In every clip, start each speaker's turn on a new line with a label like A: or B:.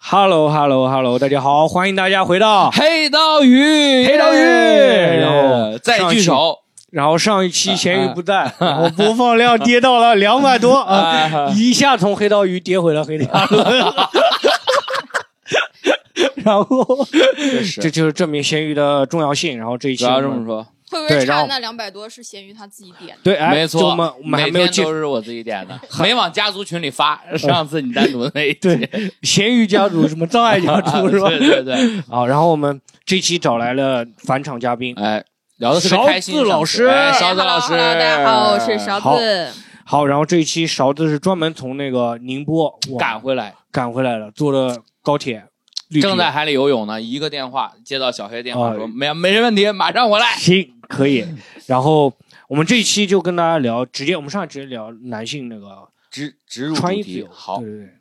A: Hello，Hello，Hello，大家好，欢迎大家回 到
B: 黑刀鱼，
A: 黑刀鱼
B: 耶
A: 然后
B: 再
A: 上一
B: 聚
A: 期
B: 首，
A: 然后上一期咸鱼不
B: 啊
A: 在，然后播放量跌到了两百 多啊，一下从黑刀鱼跌回了黑刀鱼。然后，这就是证明咸鱼的重要性。然后这一期
B: 主要这
A: 我们
B: 么说，
C: 会不
A: 对
C: 会
A: 然
C: 差
A: 后
C: 那两百多是咸鱼他自己 点的？
A: 对，哎，
B: 没
A: 就
B: 错，
A: 我们我们还没有
B: 每天
A: 介
B: 都是我自己点的， 没往家族群里发。 上次你单独的那一
A: 对 咸鱼家族什么障碍家
B: 啊
A: 族 是吧？
B: 对对对，
A: 啊，然后我们这期找来了返场嘉宾。
B: 哎，聊的特别开心。
A: 勺子老师
B: 上次哎勺
C: 大
B: 子老
C: 家好
B: 师，
C: ，Hello，大家好，我是勺
A: 好
C: 子。
A: 好，然后这一期勺子是专门从那个宁波哇
B: 赶回来，
A: 赶回来了，坐的高铁，绿皮
B: 正在海里游泳呢，一个电话接到小黑电话
A: 哎
B: 说没没人问题，马上回来。
A: 行可以。然后我们这一期就跟大家聊，直接我们上来直接聊男性那个
B: 直直入
A: 穿
B: 主
A: 衣自
B: 题
A: 由，，
B: 好，
A: 对对对，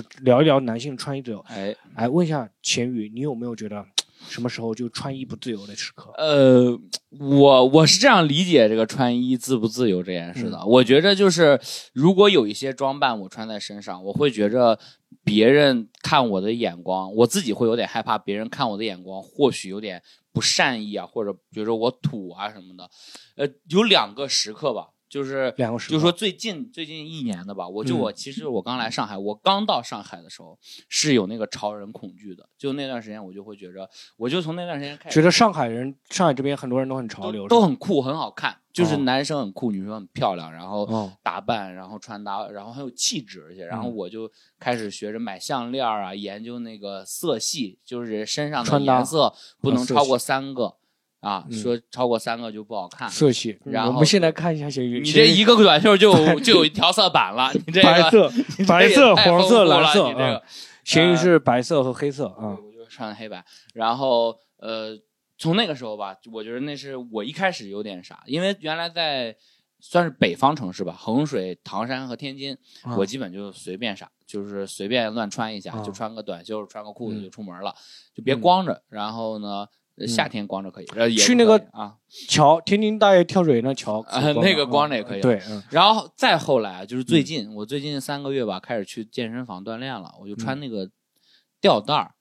A: 就聊一聊男性穿衣自由。
B: 哎，
A: 哎，问一下钱宇，你有没有觉得什么时候就穿衣不自由的时刻？
B: 呃，我我是这样理解这个穿衣自不自由这件事的。
A: 嗯
B: 我觉着就是，如果有一些装扮我穿在身上，我会觉着别人看我的眼光，我自己会有点害怕，别人看我的眼光或许有点不善意啊，或者觉着我土啊什么的。呃，有两个时刻吧，就是
A: 两个时刻
B: 就说最近最近一年的吧，我就
A: 嗯
B: 我其实我刚来上海，我刚到上海的时候是有那个潮人恐惧的，就那段时间我就会觉着，我就从那段时间开始
A: 觉得上海人，上海这边很多人都很潮流，
B: 都都很酷，很好看，就是
A: 哦
B: 男生很酷，女生很漂亮，然后
A: 哦
B: 打扮，然后穿搭，然后很有气质，而且，然后
A: 嗯
B: 我就开始学着买项链啊，研究那个色系，就是身上的
A: 穿搭
B: 颜色不
A: 和
B: 能
A: 色
B: 超
A: 系
B: 过三个啊，
A: 嗯
B: 说超过三个就不好看。
A: 色系。嗯
B: 然后
A: 我们现在看一下咸鱼，
B: 你这
A: 咸鱼
B: 一个短袖就就有一条色板了，你这个
A: 白色、
B: 你这
A: 白
B: 也
A: 色、
B: 太丰
A: 黄色、
B: 富了
A: 蓝色
B: 你这个呃
A: 啊，咸鱼是白色和黑色啊。
B: 对，我就穿的黑白。然后呃，从那个时候吧，我觉得那是我一开始有点傻，因为原来在算是北方城市吧，衡水、唐山和天津，
A: 啊
B: 我基本就随便傻，就是随便乱穿一下，
A: 啊
B: 就穿个短袖、穿个裤子
A: 嗯
B: 就出门了，就别
A: 嗯
B: 光着。然后呢，呃夏天光着可以，呃也
A: 去
B: 不
A: 那
B: 可
A: 个
B: 以啊，
A: 桥，天津大爷跳水那桥，
B: 啊
A: 可以
B: 那个
A: 吗
B: 光着也可以啊
A: 对，嗯
B: 然后再后来啊就是最近，我最近三个月吧，开始去健身房锻炼了，我就穿那个吊带儿。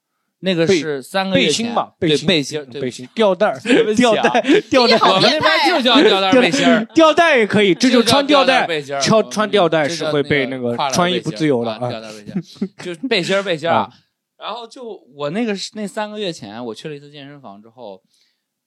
B: 那个
A: 嗯背
B: 是三个月
A: 背
B: 前
A: 心吧，
B: 对
A: 心，
B: 背
A: 背
B: 心儿，对
A: 背心，吊带儿
B: 对不，起啊
A: 吊带，吊带
C: 你，好
B: 我们那边就叫吊带背心儿，
A: 吊带也可以， 这就
B: 就
A: 穿
B: 吊
A: 吊带，
B: 背心儿，
A: 穿穿吊带是会被那
B: 那
A: 个
B: 跨栏
A: 穿衣
B: 背
A: 不
B: 心儿
A: 自由的
B: 啊
A: 啊
B: 吊带背心儿， 就是背心儿背心儿啊。然后就我那个是那三个月前，我去了一次健身房之后，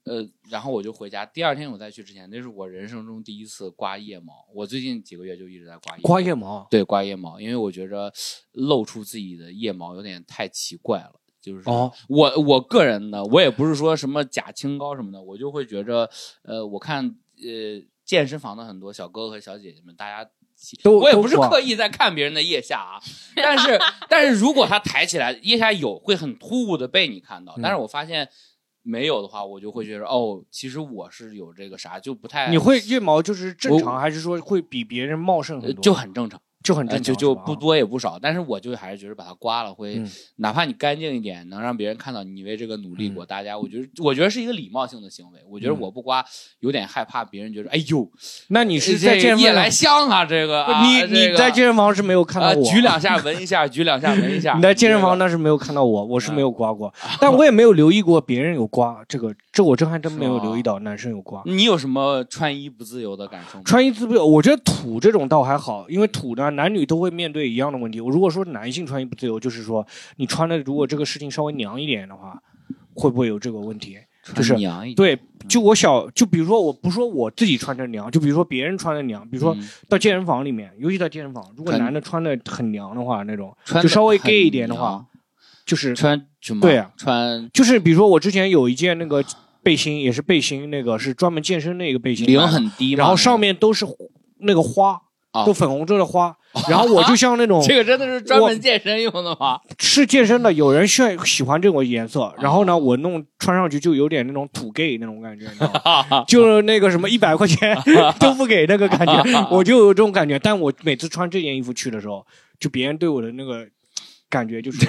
B: 呃，然后我就回家。第二天我再去之前，那是我人生中第一次刮腋毛。我最近几个月就一直在刮腋毛
A: 刮腋毛，
B: 对，刮腋毛，因为我觉着露出自己的腋毛有点太奇怪了。就是
A: 哦
B: 我我个人呢，我也不是说什么假清高什么的，我就会觉着，呃，我看呃健身房的很多小哥哥和小姐姐们，大家其
A: 都
B: 我也
A: 都
B: 不是
A: 刮
B: 刻意在看别人的腋下啊，但 是但是如果他抬起来，腋下有会很突兀的被你看
A: 嗯
B: 到，但是我发现没有的话，我就会觉着哦，其实我是有这个啥，就不太
A: 你会腋毛就是正
B: 我
A: 常，还是说会比别人茂盛
B: 呃
A: 很多？
B: 就很正常。
A: 就很
B: 呃
A: 正
B: 就
A: 常，
B: 就是
A: 吧
B: 不多也不少，但是我就还是觉得把它刮了会，
A: 嗯
B: 哪怕你干净一点，能让别人看到你为这个努力过，大家我觉得我觉得是一个礼貌性的行为。我觉得
A: 嗯
B: 我不刮有点害怕别人觉得，哎呦，
A: 那你
B: 你
A: 是在健
B: 夜
A: 身
B: 来
A: 房？
B: 香啊，这个啊
A: 你
B: 这
A: 你
B: 个
A: 在健身房是没有看到
B: 啊
A: 我，
B: 举两下闻一下，举两下闻一下。
A: 你在健身房
B: 这
A: 那是没有看到我，我是
B: 嗯
A: 没有刮过，但我也没有留意过别人有刮这个，这我真还真没有
B: 是吗
A: 留意到男生有刮。
B: 个？你有什么穿衣不自由的感受吗？
A: 穿衣自不由，我觉得土这种倒还好，因为土呢，男女都会面对一样的问题。如果说男性穿衣不自由，就是说你穿的如果这个事情稍微娘一点的话，会不会有这个问题？就是
B: 穿娘一点，
A: 对，就我小，就比如说我不说我自己穿着娘，就比如说别人穿的娘，比如说
B: 嗯
A: 到健身房里面，尤其到健身房，如果
B: 很
A: 男的穿的很娘的话，那种
B: 穿
A: 就
B: 得
A: 稍微
B: 很
A: gay 一点的
B: 娘
A: 话，就是
B: 穿什么？
A: 对啊
B: 穿
A: 就是比如说我之前有一件那个背心，也是背心，那个是专门健身那个背心，
B: 领很低嘛，
A: 然后上面都是那个花，
B: 啊
A: 都粉红色的花。然后我就像 那种
B: 这个真的是专
A: 我
B: 门健身用的吗？
A: 是健身的，有人喜喜欢这种颜色。然后呢，我弄穿上去就有点那种土 gay 那种感觉，你知道吗？就是那个什么一百块钱都不给那个感觉，我就有这种感觉。但我每次穿这件衣服去的时候，就别人对我的那个。感觉就是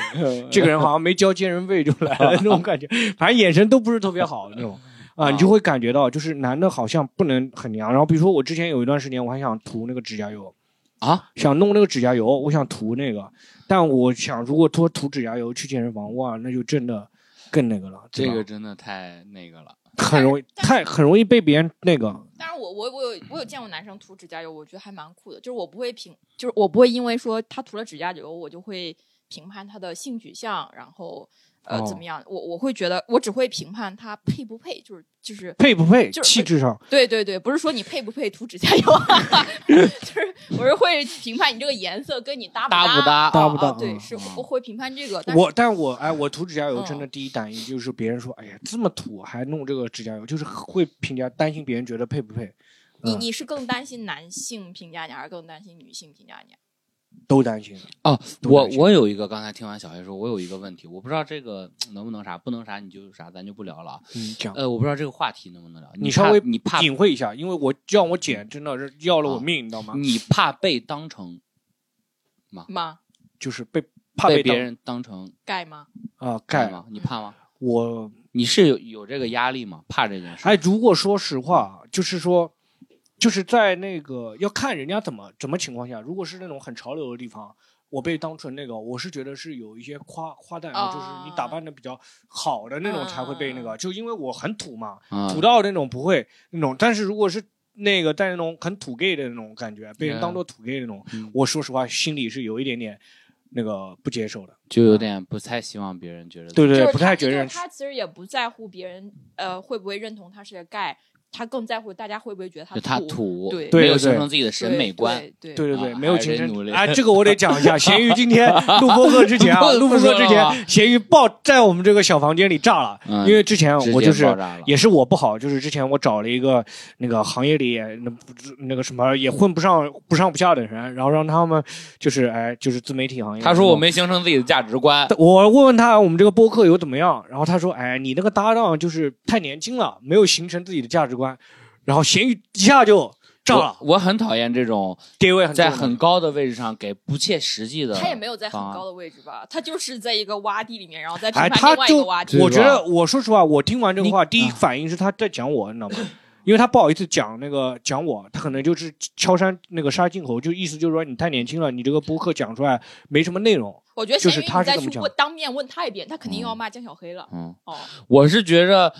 A: 这个人好像没交健身费就来了那种感觉，反正眼神都不是特别好那种啊，你就会感觉到就是男的好像不能很娘。然后比如说我之前有一段时间我还想涂那个指甲油，
B: 啊，
A: 想弄那个指甲油，我想涂那个，但我想如果涂涂指甲油去健身房，哇，那就真的更那个了，对
B: 这
A: 吧
B: 个真的太那个了。
A: 很容易太很容易被别人那个，
C: 但是我我我有我有见过男生涂指甲油，我觉得还蛮酷的。就是我不会评，就是我不会因为说他涂了指甲油，我就会评判他的性取向，然后呃、
A: 哦
C: 怎么样？我我会觉得我只会评判他配不配，就是就是
A: 配不配？
C: 就是
A: 气质上，
C: 对对对，不是说你配不配涂指甲油， 就是我是会评判你这个颜色跟你搭
B: 搭
C: 不
B: 不搭
C: 搭
A: 搭不搭
C: 啊啊对，
A: 嗯
C: 是
B: 嗯
C: 我会评判这个。但是
A: 我但我哎，我涂指甲油
C: 嗯
A: 真的第一反应就是别人说，哎呀这么土还弄这个指甲油，就是会评价担心别人觉得配不配，
C: 你
A: 嗯
C: 你是更担心男性评价你，还是更担心女性评价你？啊
A: 都担心。
B: 哦，
A: 都
B: 我
A: 担心
B: 我有一个，刚才听完小黑说，我有一个问题，我不知道这个能不能啥，不能啥你就啥，咱就不聊了啊。
A: 嗯，讲
B: 呃，我不知道这个话题能不能聊，
A: 你
B: 怕
A: 稍微
B: 你怕啊
A: 隐晦一下，因为我让我剪真的是要了我命，你知道吗？
B: 你怕被当成
C: 吗？
A: 就是被怕被
B: 别
A: 当
B: 人当成
C: 盖吗？
A: 啊
B: 干
A: 盖
B: 吗？你怕吗？
A: 我
B: 你是有有这个压力吗？怕这件事？
A: 哎，如果说实话，就是说，就是在那个要看人家怎么怎么情况下，如果是那种很潮流的地方，我被当成那个，我是觉得是有一些夸夸赞，
C: 哦嗯
A: 就是你打扮的比较好的那种才会被那个，就因为我很土嘛，
B: 啊
A: 土到那种不会那种，但是如果是。那个在那种很土 gay 的那种感觉，被人当做土 gay 那种，
B: 嗯
A: 我说实话心里是有一点点那个不接受的，
B: 就有点不太希望别人觉得
A: 对对，
C: 就是
A: 不太
C: 他
A: 觉
C: 就
A: 得
C: 是他其实也不在乎别人呃会不会认同他是个盖，他更在乎大家会不会觉得
B: 就
C: 他
B: 他土，
C: 土对
B: 没
A: 对
B: 有
A: 对
B: 形成自己的审美观。。
C: 对对
A: 对对对，
B: 啊
A: 没有
B: 还
A: 亲
B: 得
A: 身
B: 努力
A: 哎，这个我得讲一下。咸鱼今 天录播客之前啊，
B: 录
A: 录播
B: 播
A: 客
B: 客
A: 之
B: 了吗
A: 前，咸鱼爆在我们这个小房间里炸了，
B: 嗯
A: 因为之前
B: 直
A: 我
B: 接
A: 就是
B: 爆炸了
A: 也是我不好，就是之前我找了一个那个行业里那不知那个什么也混不上不上不下的人，然后让他们就是哎就是自媒体行业。
B: 他说我。没形成自己的价值观，
A: 我问问他我们这个播客有怎么样，然后他说：“哎，你那个搭档就是太年轻了，没有形成自己的价值观。”然后咸鱼一下就炸了
B: 我，我很讨厌这种
A: 地位很
B: 在
A: 重的
B: 很高的位置上给不切实际的。
C: 他也没有在很
B: 方案
C: 高的位置吧，他就是在一个洼地里面，然后再评
A: 哎，
C: 判
A: 他
C: 另外一
A: 就
C: 个洼地。
A: 我
B: 对
A: 觉
B: 吧
A: 得，我说实话，我听完这个
B: 你
A: 话，第一
B: 啊
A: 反应是他在讲我，你知道 吗？因为他不好意思讲那个讲我，他可能就是敲山那个杀进口，就意思就是说你太年轻了，你这个播客讲出来没什么内 容。
C: 我觉得
A: 就
C: 咸
A: 是
C: 鱼，
A: 他
C: 你
A: 是
C: 再
A: 这么
C: 去
A: 讲
C: 问当面问他一遍，他肯定又要
B: 嗯
C: 骂江小黑了。
B: 嗯，
C: 哦，
B: 我是觉着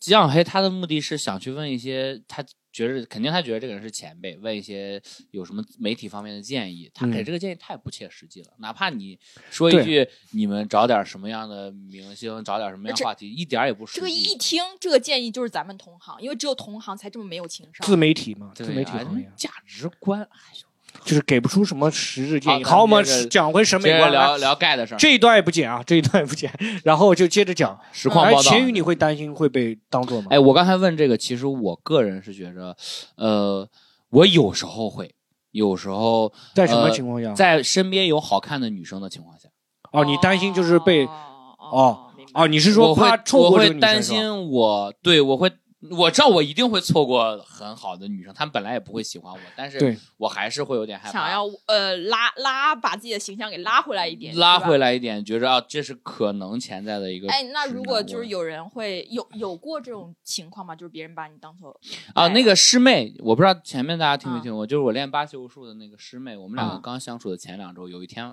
B: 江小黑他的目的是想去问一些他觉着肯定他觉得这个人是前辈，问一些有什么媒体方面的建议。他给
A: 嗯
B: 这个建议太不切实际了，哪怕你说一句你们找点什么样的明星，找点什么样的
C: 这
B: 话题，一点儿也不实际。
C: 这个一听这个建议就是咱们同行，因为只有同行才这么没有情商
A: 自。媒体嘛，自
B: 对
A: 媒体
B: 啊
A: 行业
B: 价值观，哎呦，
A: 就是给不出什么实质建议。
B: 好咱们
A: 好，我们
B: 接着
A: 讲回审
B: 接
A: 美
B: 着
A: 观来
B: 聊聊盖的事儿，
A: 这一段也不剪啊， 这一段也不剪，然后就接着讲。
B: 实况
A: 哎，
B: 报道。
A: 咸鱼，你会担心会被当做吗？
B: 哎，我刚才问这个，其实我个人是觉着，呃，我有时候会，有时候
A: 在什么
B: 呃
A: 情况下？
B: 在身边有好看的女生的情况下。
A: 哦，你担心就是被
C: 哦明白
A: 哦，你是说
B: 我会
A: 怕错
B: 我
A: 过这
B: 会
A: 个女
B: 担
A: 生是吧？
B: 心我对我会我知道我一定会错过很好的女生，她们本来也不会喜欢我，但
A: 对
B: 是我还是会有点害怕，
C: 想要呃拉拉把自己的形象给拉回来一点，
B: 拉
C: 是吧
B: 回来一点，觉着啊这是可能潜在的一个
C: 哎，那如果
B: 指南
C: 就是
B: 我
C: 有人会有有过这种情况吗？就是别人把你当做
B: 啊
C: 哎
B: 那个师妹，我不知道前面大家
C: 嗯
B: 听没听过，就是我练巴西柔术的那个师妹，我们两个
C: 啊
B: 刚相处的前两周，有一天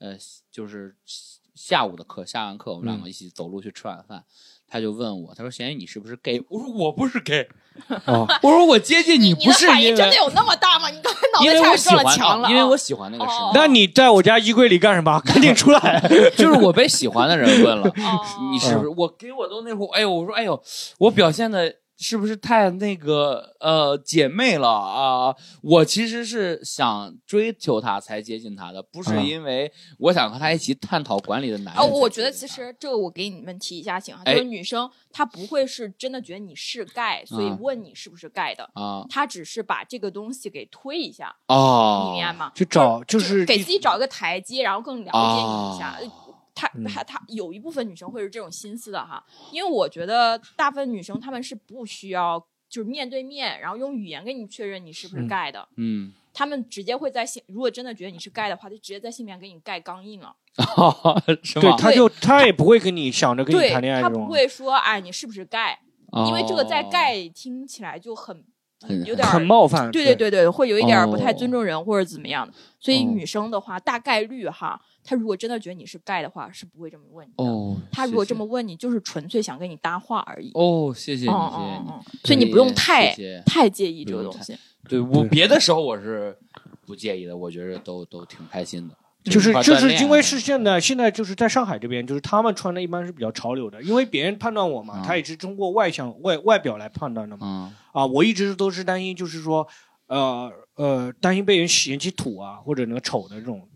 B: 呃就是下午的课下完课，我们两
C: 嗯
B: 个一起走路去吃晚饭。她就问我，她说：“咸鱼，你是不是 gay？” 我说：“我不是 gay。
A: 哦，”
B: 我说：“我接近
C: 哎你
B: 不是
C: 的反
B: 因
C: 应真
B: 为
C: 的有那么大吗？你刚才脑
B: 因
C: 袋
B: 为我
C: 差点
B: 喜
C: 撞了
B: 欢
C: 墙了，
B: 因为
C: 啊
B: 我喜欢那个师
C: 哦
B: 妹，
A: 那你在我家衣柜里干什么？ 赶紧出来！
B: 就是我被喜欢的人问 了，
C: 哦
B: 你是不
A: 嗯
B: 是？我给我都那会儿，哎呦，我说哎呦，我表现的是不是太那个呃姐妹了啊？我其实是想追求她才接近她的，不是
A: 嗯
B: 因为我想和她一起探讨管理的男人才
C: 哦，
B: 接近她。
C: 我觉得其实这个我给你们提一下醒啊哈，就
B: 哎
C: 是女生她不会是真的觉得你是盖，所以
B: 嗯
C: 问你是不是盖的，
B: 啊
C: 她只是把这个东西给推一下，
B: 哦，
C: 你明白吗？
A: 去找就
C: 就是给自己找一个台阶，然后更了解你一下。
B: 哦
C: 她
A: 嗯
C: 她她有一部分女生会是这种心思的哈，因为我觉得大部分女生她们是不需要就是面对面，然后用语言跟你确认你是不是
A: 嗯
C: 盖的，
B: 嗯，
C: 她们直接会在心，如果真的觉得你是盖的话，就直接在心里面给你盖钢印了。
B: 是
A: 对
B: 吗，？
A: 他就他也不会跟你想着跟你
C: 对
A: 谈恋爱
C: 他
A: 这
C: 不
A: 种。
C: 会说哎你是不是盖，因为这个在
B: 哦
C: 盖听起来就很
B: 很
C: 有点
A: 很冒犯。
C: 对对对对，会有一点儿不太
B: 哦
C: 尊重人或者怎么样的。所以
B: 哦
C: 女生的话，大概率哈，她如果真的觉得你是 gay 的话，是不会这么问你的。
B: 哦，
C: 她
B: 谢
C: 如果
B: 谢
C: 这么问你，就是纯粹想跟你搭话而已。
B: 哦，谢谢你，谢谢你
C: 嗯嗯嗯，嗯，所以你不用
B: 对
C: 太
B: 谢谢
C: 太介意这
B: 不
C: 个
B: 用
C: 东西。
B: 对我
A: 对
B: 别的时候我是不介意的，我觉着都都挺开心的。
A: 就是
B: 这一块
A: 就
B: 锻
A: 是
B: 炼
A: 因为是现在现在就是在上海这边，就是他们穿的一般是比较潮流的，因为别人判断我嘛
B: 嗯，
A: 他也是通过外向外外表来判断的嘛。
B: 嗯
A: 啊，我一直都是担心，就是说，呃呃，担心被人嫌弃土啊，或者那个丑的这种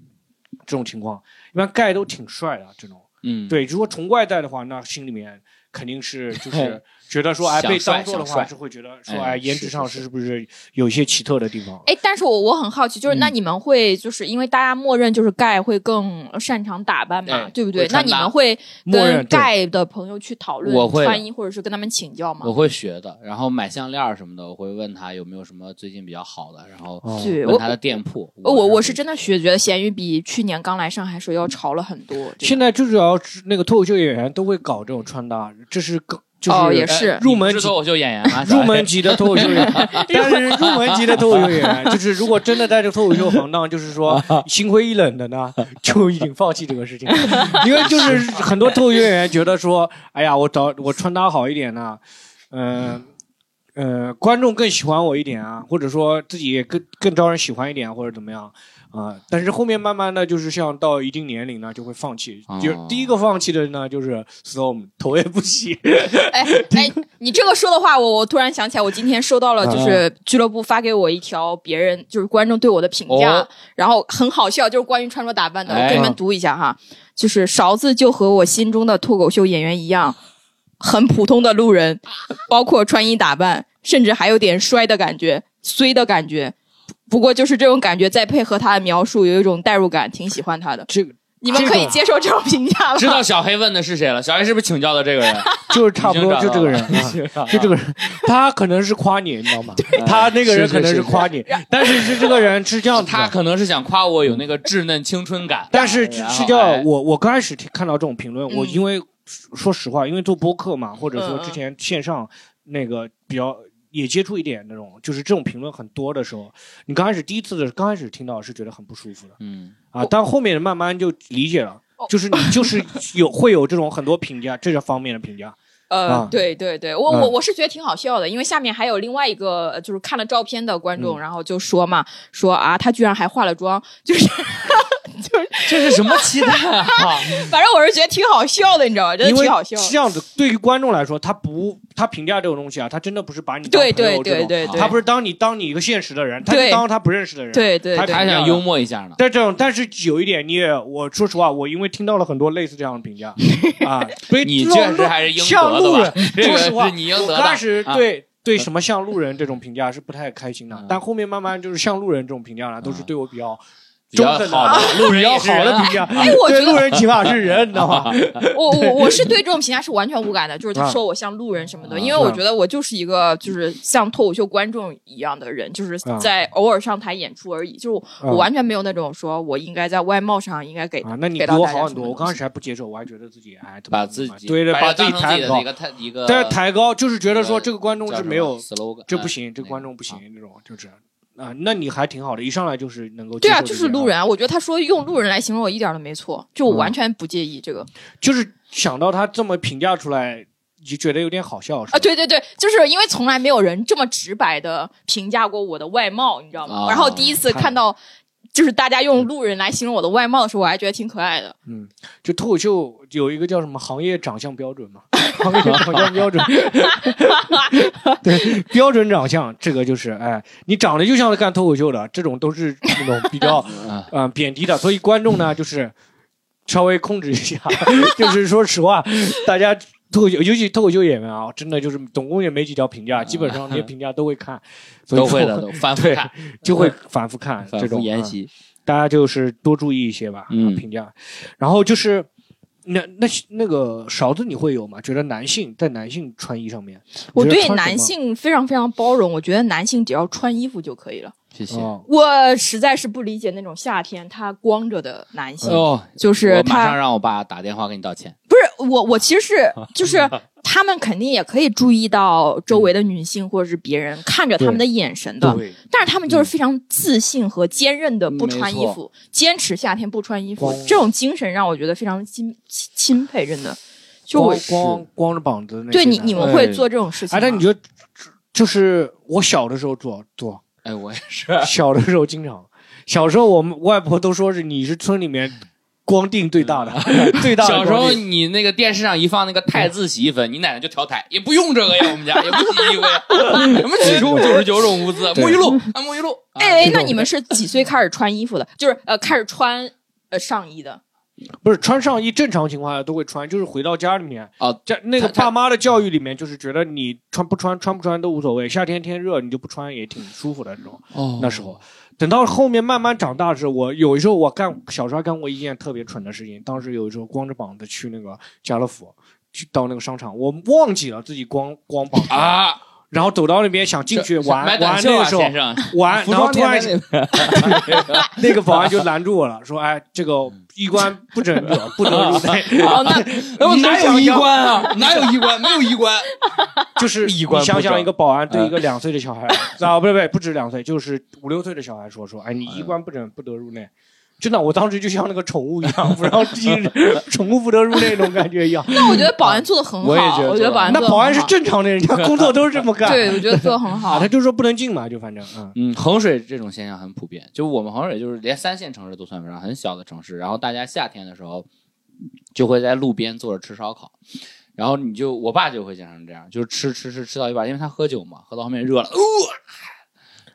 A: 这种情况。一般盖都挺帅的啊这种。
B: 嗯，
A: 对，如果从外在的话，那心里面肯定 是就是觉得说，哎，
B: 想
A: 被
B: 帅
A: 当做的
B: 想
A: 话
B: 帅
A: 是会觉得说，
B: 哎
A: 哎，颜
B: 是
A: 值
B: 是
A: 上
B: 是
A: 是不是有一些奇特的地方？
C: 哎，但是我我很好奇，就是那
B: 嗯
C: 你们会就是因为大家默认就是 gay 会更擅长打扮嘛
B: 哎，
C: 对不
B: 会
C: 对？那
B: 穿
C: 你
B: 搭
C: 们会
A: 默认
C: 跟
A: 对
C: gay 的朋友去讨
B: 我
C: 论
B: 会
C: 穿衣，或者是跟他们请教吗
B: 我？会学的，然后买项链儿什么的，我会问他有没有什么最近比较好的，然后
A: 哦
C: 对
B: 问
C: 我
B: 他的店铺。
C: 呃我我是
B: 会
C: 真的学觉得咸鱼比去年刚来上海时候要潮了很 多。这
A: 现
C: 个
A: 在就是要那个脱口秀演员都会搞这种穿搭，这是更就是、
C: 哦也
B: 哎
C: 是
A: 入
B: 你不
A: 门
B: 是
A: 级
B: 脱口秀演员 吗？
A: 入门级的脱口秀演 员，但是入门级的脱口秀演员，就是如果真的在这个脱口秀行当，就是说
B: 啊
A: 心灰意冷的 呢，就已经放弃这个事情，因为就是很多脱口秀演员觉得说，哎呀，我找我穿搭好一点呢、嗯呃观众更喜欢我一点啊，或者说自己也更更招人喜欢一点，或者怎么样。啊、但是后面慢慢的就是像到一定年龄呢，就会放弃。就
B: 哦
A: 第一个放弃的呢，就是 storm 头也不洗。
C: 哎哎，你这个说的话，我我突然想起来，我今天收到了，
B: 啊
C: 就是俱乐部发给我一条别人就是观众对我的评价，
B: 哦
C: 然后很好笑，就是关于穿着打扮的，
B: 哎
C: 我给你们读一下哈，就是勺子就和我心中的脱口秀演员一样，很普通的路人，包括穿衣打扮，甚至还有点衰的感觉，衰的感觉。不过就是这种感觉，再配合他的描述，有一种代入感，挺喜欢他的。
A: 这个
C: 你们可以接受这种 评价吗？
B: 知道小黑问的是谁了？小黑是不是请教的这个人？
A: 就是差不多就这个人
B: 已
A: 啊。
B: 经找到了
A: 就这个人，他可能是啊夸你，你知道 吗？他那个人可能是夸你， 但是是这个人是这样子
B: 他
A: 的。
B: 可能是想夸我有那个稚嫩青春感，
A: 但是
B: 然后
A: 是叫
B: 哎
A: 我，我刚开始听看到这种评论，
C: 嗯
A: 我因为啊说实话，因为做播客嘛，或者说
C: 嗯嗯
A: 之前线上那个比较也接触一点那种，就是这种评论很多的时候，你刚开始第一次的刚开始听到是觉得很不舒服的
B: 嗯，
A: 啊，但后面慢慢就理解了
C: 哦，
A: 就是你就是有会有这种很多评价，这些方面的评价。
C: 呃
A: 啊，
C: 对对对，我我
A: 嗯
C: 我是觉得挺好笑的，因为下面还有另外一个呃就是看了照片的观
A: 嗯
C: 众，然后就说嘛，说啊，他居然还化了妆， 就是就是，
B: 这是什么期待 啊？
C: 反正我是觉得挺好笑的，你知道吗？真
A: 因
C: 的
A: 为
C: 挺好笑的
A: 是这样子，对于观众来说，他不他评价这种东西啊，他真的不是把你当朋
C: 对
A: 友这
C: 对对
A: 种
C: 对对，
A: 他不是当你当你一个现实的人，他
C: 对
A: 是当他不认识的人。
C: 对对
A: 他
C: 对
B: 还想幽默一下 呢。
A: 但这种，但是有一点，你也，我说实话，我因为听到了很多类似这样的评 价啊，所以
B: 你
A: 这种
B: 确实还是应
A: 像
B: 得
A: 路
B: 的吧
A: 人？
B: 这
A: 说
B: 个
A: 实话，
B: 是你应
A: 我
B: 得
A: 刚开
B: 的。
A: 始
B: 啊
A: 对对什么像路人这种评价是不太开心的
B: 嗯，
A: 但后面慢慢就是像路人这种评价呢，都是对我比较
B: 比较
A: 中肯
B: 好的路
A: 比
B: 人
A: 较
B: 也是
A: 好
B: 人
A: 的
B: 啊
A: 评 价。
C: 哎，我觉
A: 对路
C: 得
A: 人起码是人，你知道吗？
C: 我我我是对这种评价是完全无感的，就是
A: 啊
C: 他说我像路人什么的，
B: 啊
C: 因为我觉得我就是一个就是像脱口秀观众一样的人，就是
A: 啊
C: 在偶尔上台演出而已，就是我我
A: 嗯
C: 完全没有那种说我应该在外貌上应该给
A: 啊，那你
C: 给
A: 比
C: 到
A: 我
C: 大家
A: 好
C: 什
A: 很
C: 么
A: 多。我
C: 东
A: 刚开
C: 西
A: 始还不接受，我还觉得自己哎，怎么
B: 把
A: 怎
B: 自
A: 么
B: 己
A: 对对，把
B: 把
A: 自己
B: 自
A: 抬
B: 己的
A: 高
B: 一，个态一个，
A: 但是抬高就是觉得说
B: 这个
A: 这个观众
B: 叫
A: 是
B: 什
A: 没
B: 么
A: 有，
B: slogan，
A: 这不
B: 嗯
A: 行，这
B: 那个
A: 观众不行
B: 啊，
A: 这种就是啊，那你还挺好的，一上来就是能够
C: 对啊，
A: 接受
C: 就
A: 这
C: 是
A: 些
C: 路，人啊。我觉得他说用路人来形容我一点儿都没错，
A: 嗯
C: 就我完全不介意这个、
A: 就是想到他这么评价出来，就觉得有点好笑是吧
C: 啊。对对对，就是因为从来没有人这么直白的评价过我的外貌，你知道吗？
B: 啊
C: 然后第一次看到就是大家用路人来形容我的外貌的时候，我还觉得挺可爱的。
A: 嗯，就脱口秀有一个叫什么行业长相标准嘛，行业长相标 准，对，标准长相这个就是哎，你长得就像是干脱口秀的，这种都是那种比较。
B: 嗯
A: 啊、贬低的，所以观众呢就是稍微控制一下， 就是说实话，大家脱口秀，尤其脱口秀演员啊，真的就是总共也没几条评价，基本上那些评价都会看，所以
B: 都会
A: 说
B: 的，都反复
A: 对
B: 看，
A: 就会反复看这
B: 反复
A: 种
B: 研、
A: 嗯
B: 习。
A: 大家就是多注意一些吧，
B: 嗯
A: 评价，然后就是。那那那个勺子你会有吗？觉得男性在男性穿衣上面，
C: 我
A: 你觉得
C: 对
A: 穿什
C: 男
A: 么
C: 性非常非常包容，我觉得男性只要穿衣服就可以了。
B: 谢谢。
A: 哦，
C: 我实在是不理解那种夏天他光着的男
A: 呃
C: 性，
B: 哦，
C: 就是
B: 我马
C: 他
B: 上让我爸打电话给你道歉。
C: 不是我，我其实是就是他们肯定也可以注意到周围的女性或者是别人看着他们的眼神的，
A: 对，
C: 但是他们就是非常自信和坚韧的不穿衣
B: 没
C: 服，坚持夏天不穿衣服
A: 光，
C: 这种精神让我觉得非常钦钦钦佩，真的。就我
A: 光光光着膀子那些
C: 对你
A: 男
C: 你
A: 的
C: 们会做这种事情
A: 哎，
C: 吗？
A: 但你觉得就是我小的时候做做，
B: 哎，我也是，
A: 小的时候经常，小时候我们外婆都说是你是村里面光腚最大的，最大的
B: 嗯小时
A: 光
B: 候
A: 腚
B: 你那个电视上一放那个太字洗衣粉，你奶奶就调台，也不用这个呀，我们家也不洗衣服 呀，什么洗漱九十九种污渍，
A: 对
B: 沐浴露啊，沐浴露，啊
C: 嗯哎，那你们是几岁开始穿衣服的？就是呃，开始穿呃上衣的。
A: 不是穿上衣，正常情况下都会穿，就是回到家里面
B: 啊，
A: 家那个
B: 他他
A: 爸妈的教育里面就是觉得你穿不穿穿不穿都无所谓，夏天天热你就不穿也挺舒服的这种。
B: 哦
A: 那时候，等到后面慢慢长大的时候，我有时候我干小时候还干过一件特别蠢的事情，当时有时候光着膀子去那个家乐福。去到那个商场，我忘记了自己光光膀子，
B: 啊，
A: 然后走到那边想进去
B: 这
A: 玩
B: 买短
A: 玩
B: 袖
A: 那个
B: 啊，
A: 时候
B: 先生，
A: 玩，
B: 服
A: 然后
B: 装
A: 突
B: 店
A: 然
B: 在那边
A: 那个保安就拦住我了，说：“哎，这个 衣冠不整者不得入内。”
C: 哦，那
B: 哎我
A: 你
B: 哪
A: 想
B: 有
A: 想
B: 衣冠啊？哪有衣冠？没有衣冠。
A: 就是
B: 一关
A: 你想
B: 不
A: 想
B: 整
A: 一个保安对
B: 嗯
A: 一个两岁的 小孩，啊，不对不对，不止两岁，就是五六岁的小孩说说，哎，你
B: 嗯
A: 一关不整不得入内。真的，我当时就像那个宠物一样，不 让进宠物不得入内那种感觉一样。
C: 那我觉得保安做的很好，
B: 我也觉得
C: 我觉得保安
A: 那
C: 做得
A: 保
C: 很
A: 安是
C: 好
A: 正常的，人家工作都是这么干。
C: 对，我觉得做的很
A: 啊，
C: 好
A: 他。就说不能进嘛，就反正嗯，
B: 嗯，衡水这种现象很普遍，就我们衡水就是连三线城市都算不上，很小的城市。然后大家夏天的时候就会在路边坐着吃烧烤，然后你就我爸就会经常这样，就是吃吃吃吃到一半，因为他喝酒嘛，喝到后面热了，哦、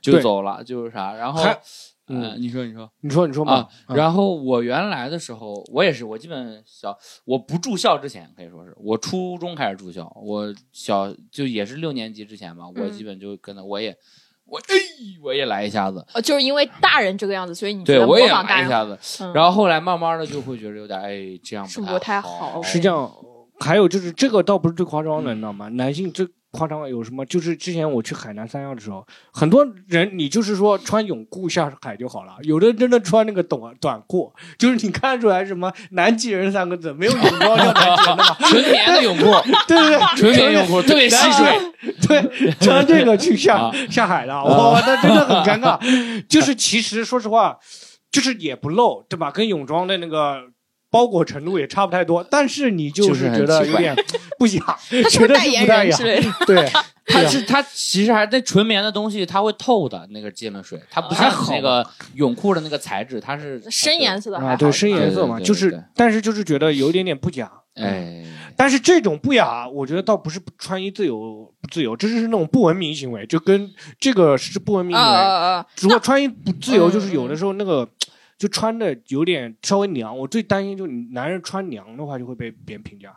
B: 就
A: 对
B: 走了，就是啥。然后
A: 还，
B: 呃
A: 嗯
B: 你说你说，
A: 你说你说嘛
B: 啊，，
C: 嗯
A: 后
B: 然后我原来的时候，我也是，我基本小我不住校之前，可以说是我初中开始住校，我小就也是六年级之前吧，我
C: 嗯
B: 基本就跟着我也我哎我也来一下子，
C: 呃就是因为大人这个样子，所以你觉
B: 对
C: 得
B: 我也
C: 模仿大
B: 来一
C: 人
B: 下子，
C: 嗯
B: 然后后来慢慢的就会觉得有点哎这样
C: 是不太好
B: 好，
A: 实际上还有就是这个倒不是最夸张的，你知道吗？男性最夸张的有什么？就是之前我去海南三亚的时候，很多人你就是说穿泳裤下海就好了，有的真的穿那个短短裤，就是你看出来什么“南极人”三个字，没有泳装叫南极人的嘛？
B: 纯棉的泳裤，
A: 对对对，
B: 纯棉泳裤特别 吸水，
A: 对，穿这个去下、
B: 啊
A: 下海了，哇，那真的很尴尬。 就是其实说实话，就是也不露，对吧？跟泳装的那个包裹程度也差不太多，但是你就
B: 就是
A: 是
B: 很
A: 觉得有
B: 奇怪
A: 点不雅，
C: 他是不
A: 觉
C: 是
A: 得
C: 代
A: 是
C: 言
A: 不太
C: 人
A: 雅
C: 之。类的？
A: 对，
B: 它
A: 对啊
B: 是它其实还那纯棉的东西，它会透的，那个进了水，它不像
A: 还 好
B: 那个泳裤的那个材质，它是
C: 深颜色的嗯还
A: 啊，
C: 好，
A: 对，深颜色嘛，
B: 对对对
A: 就
B: 对
A: 是，但是就是觉得有一点点不雅。
B: 哎，
A: 但是这种不雅，我觉得倒不是穿衣自由不自由，这是那种不文明行为，就跟这个是不文明
C: 啊
A: 行
B: 哦
A: 为。
C: 啊啊！
A: 如果穿衣不自由，
C: 嗯
A: 就是有的时候那个就穿的有点稍微凉。我最担心就是男人穿凉的话就会被别人评价，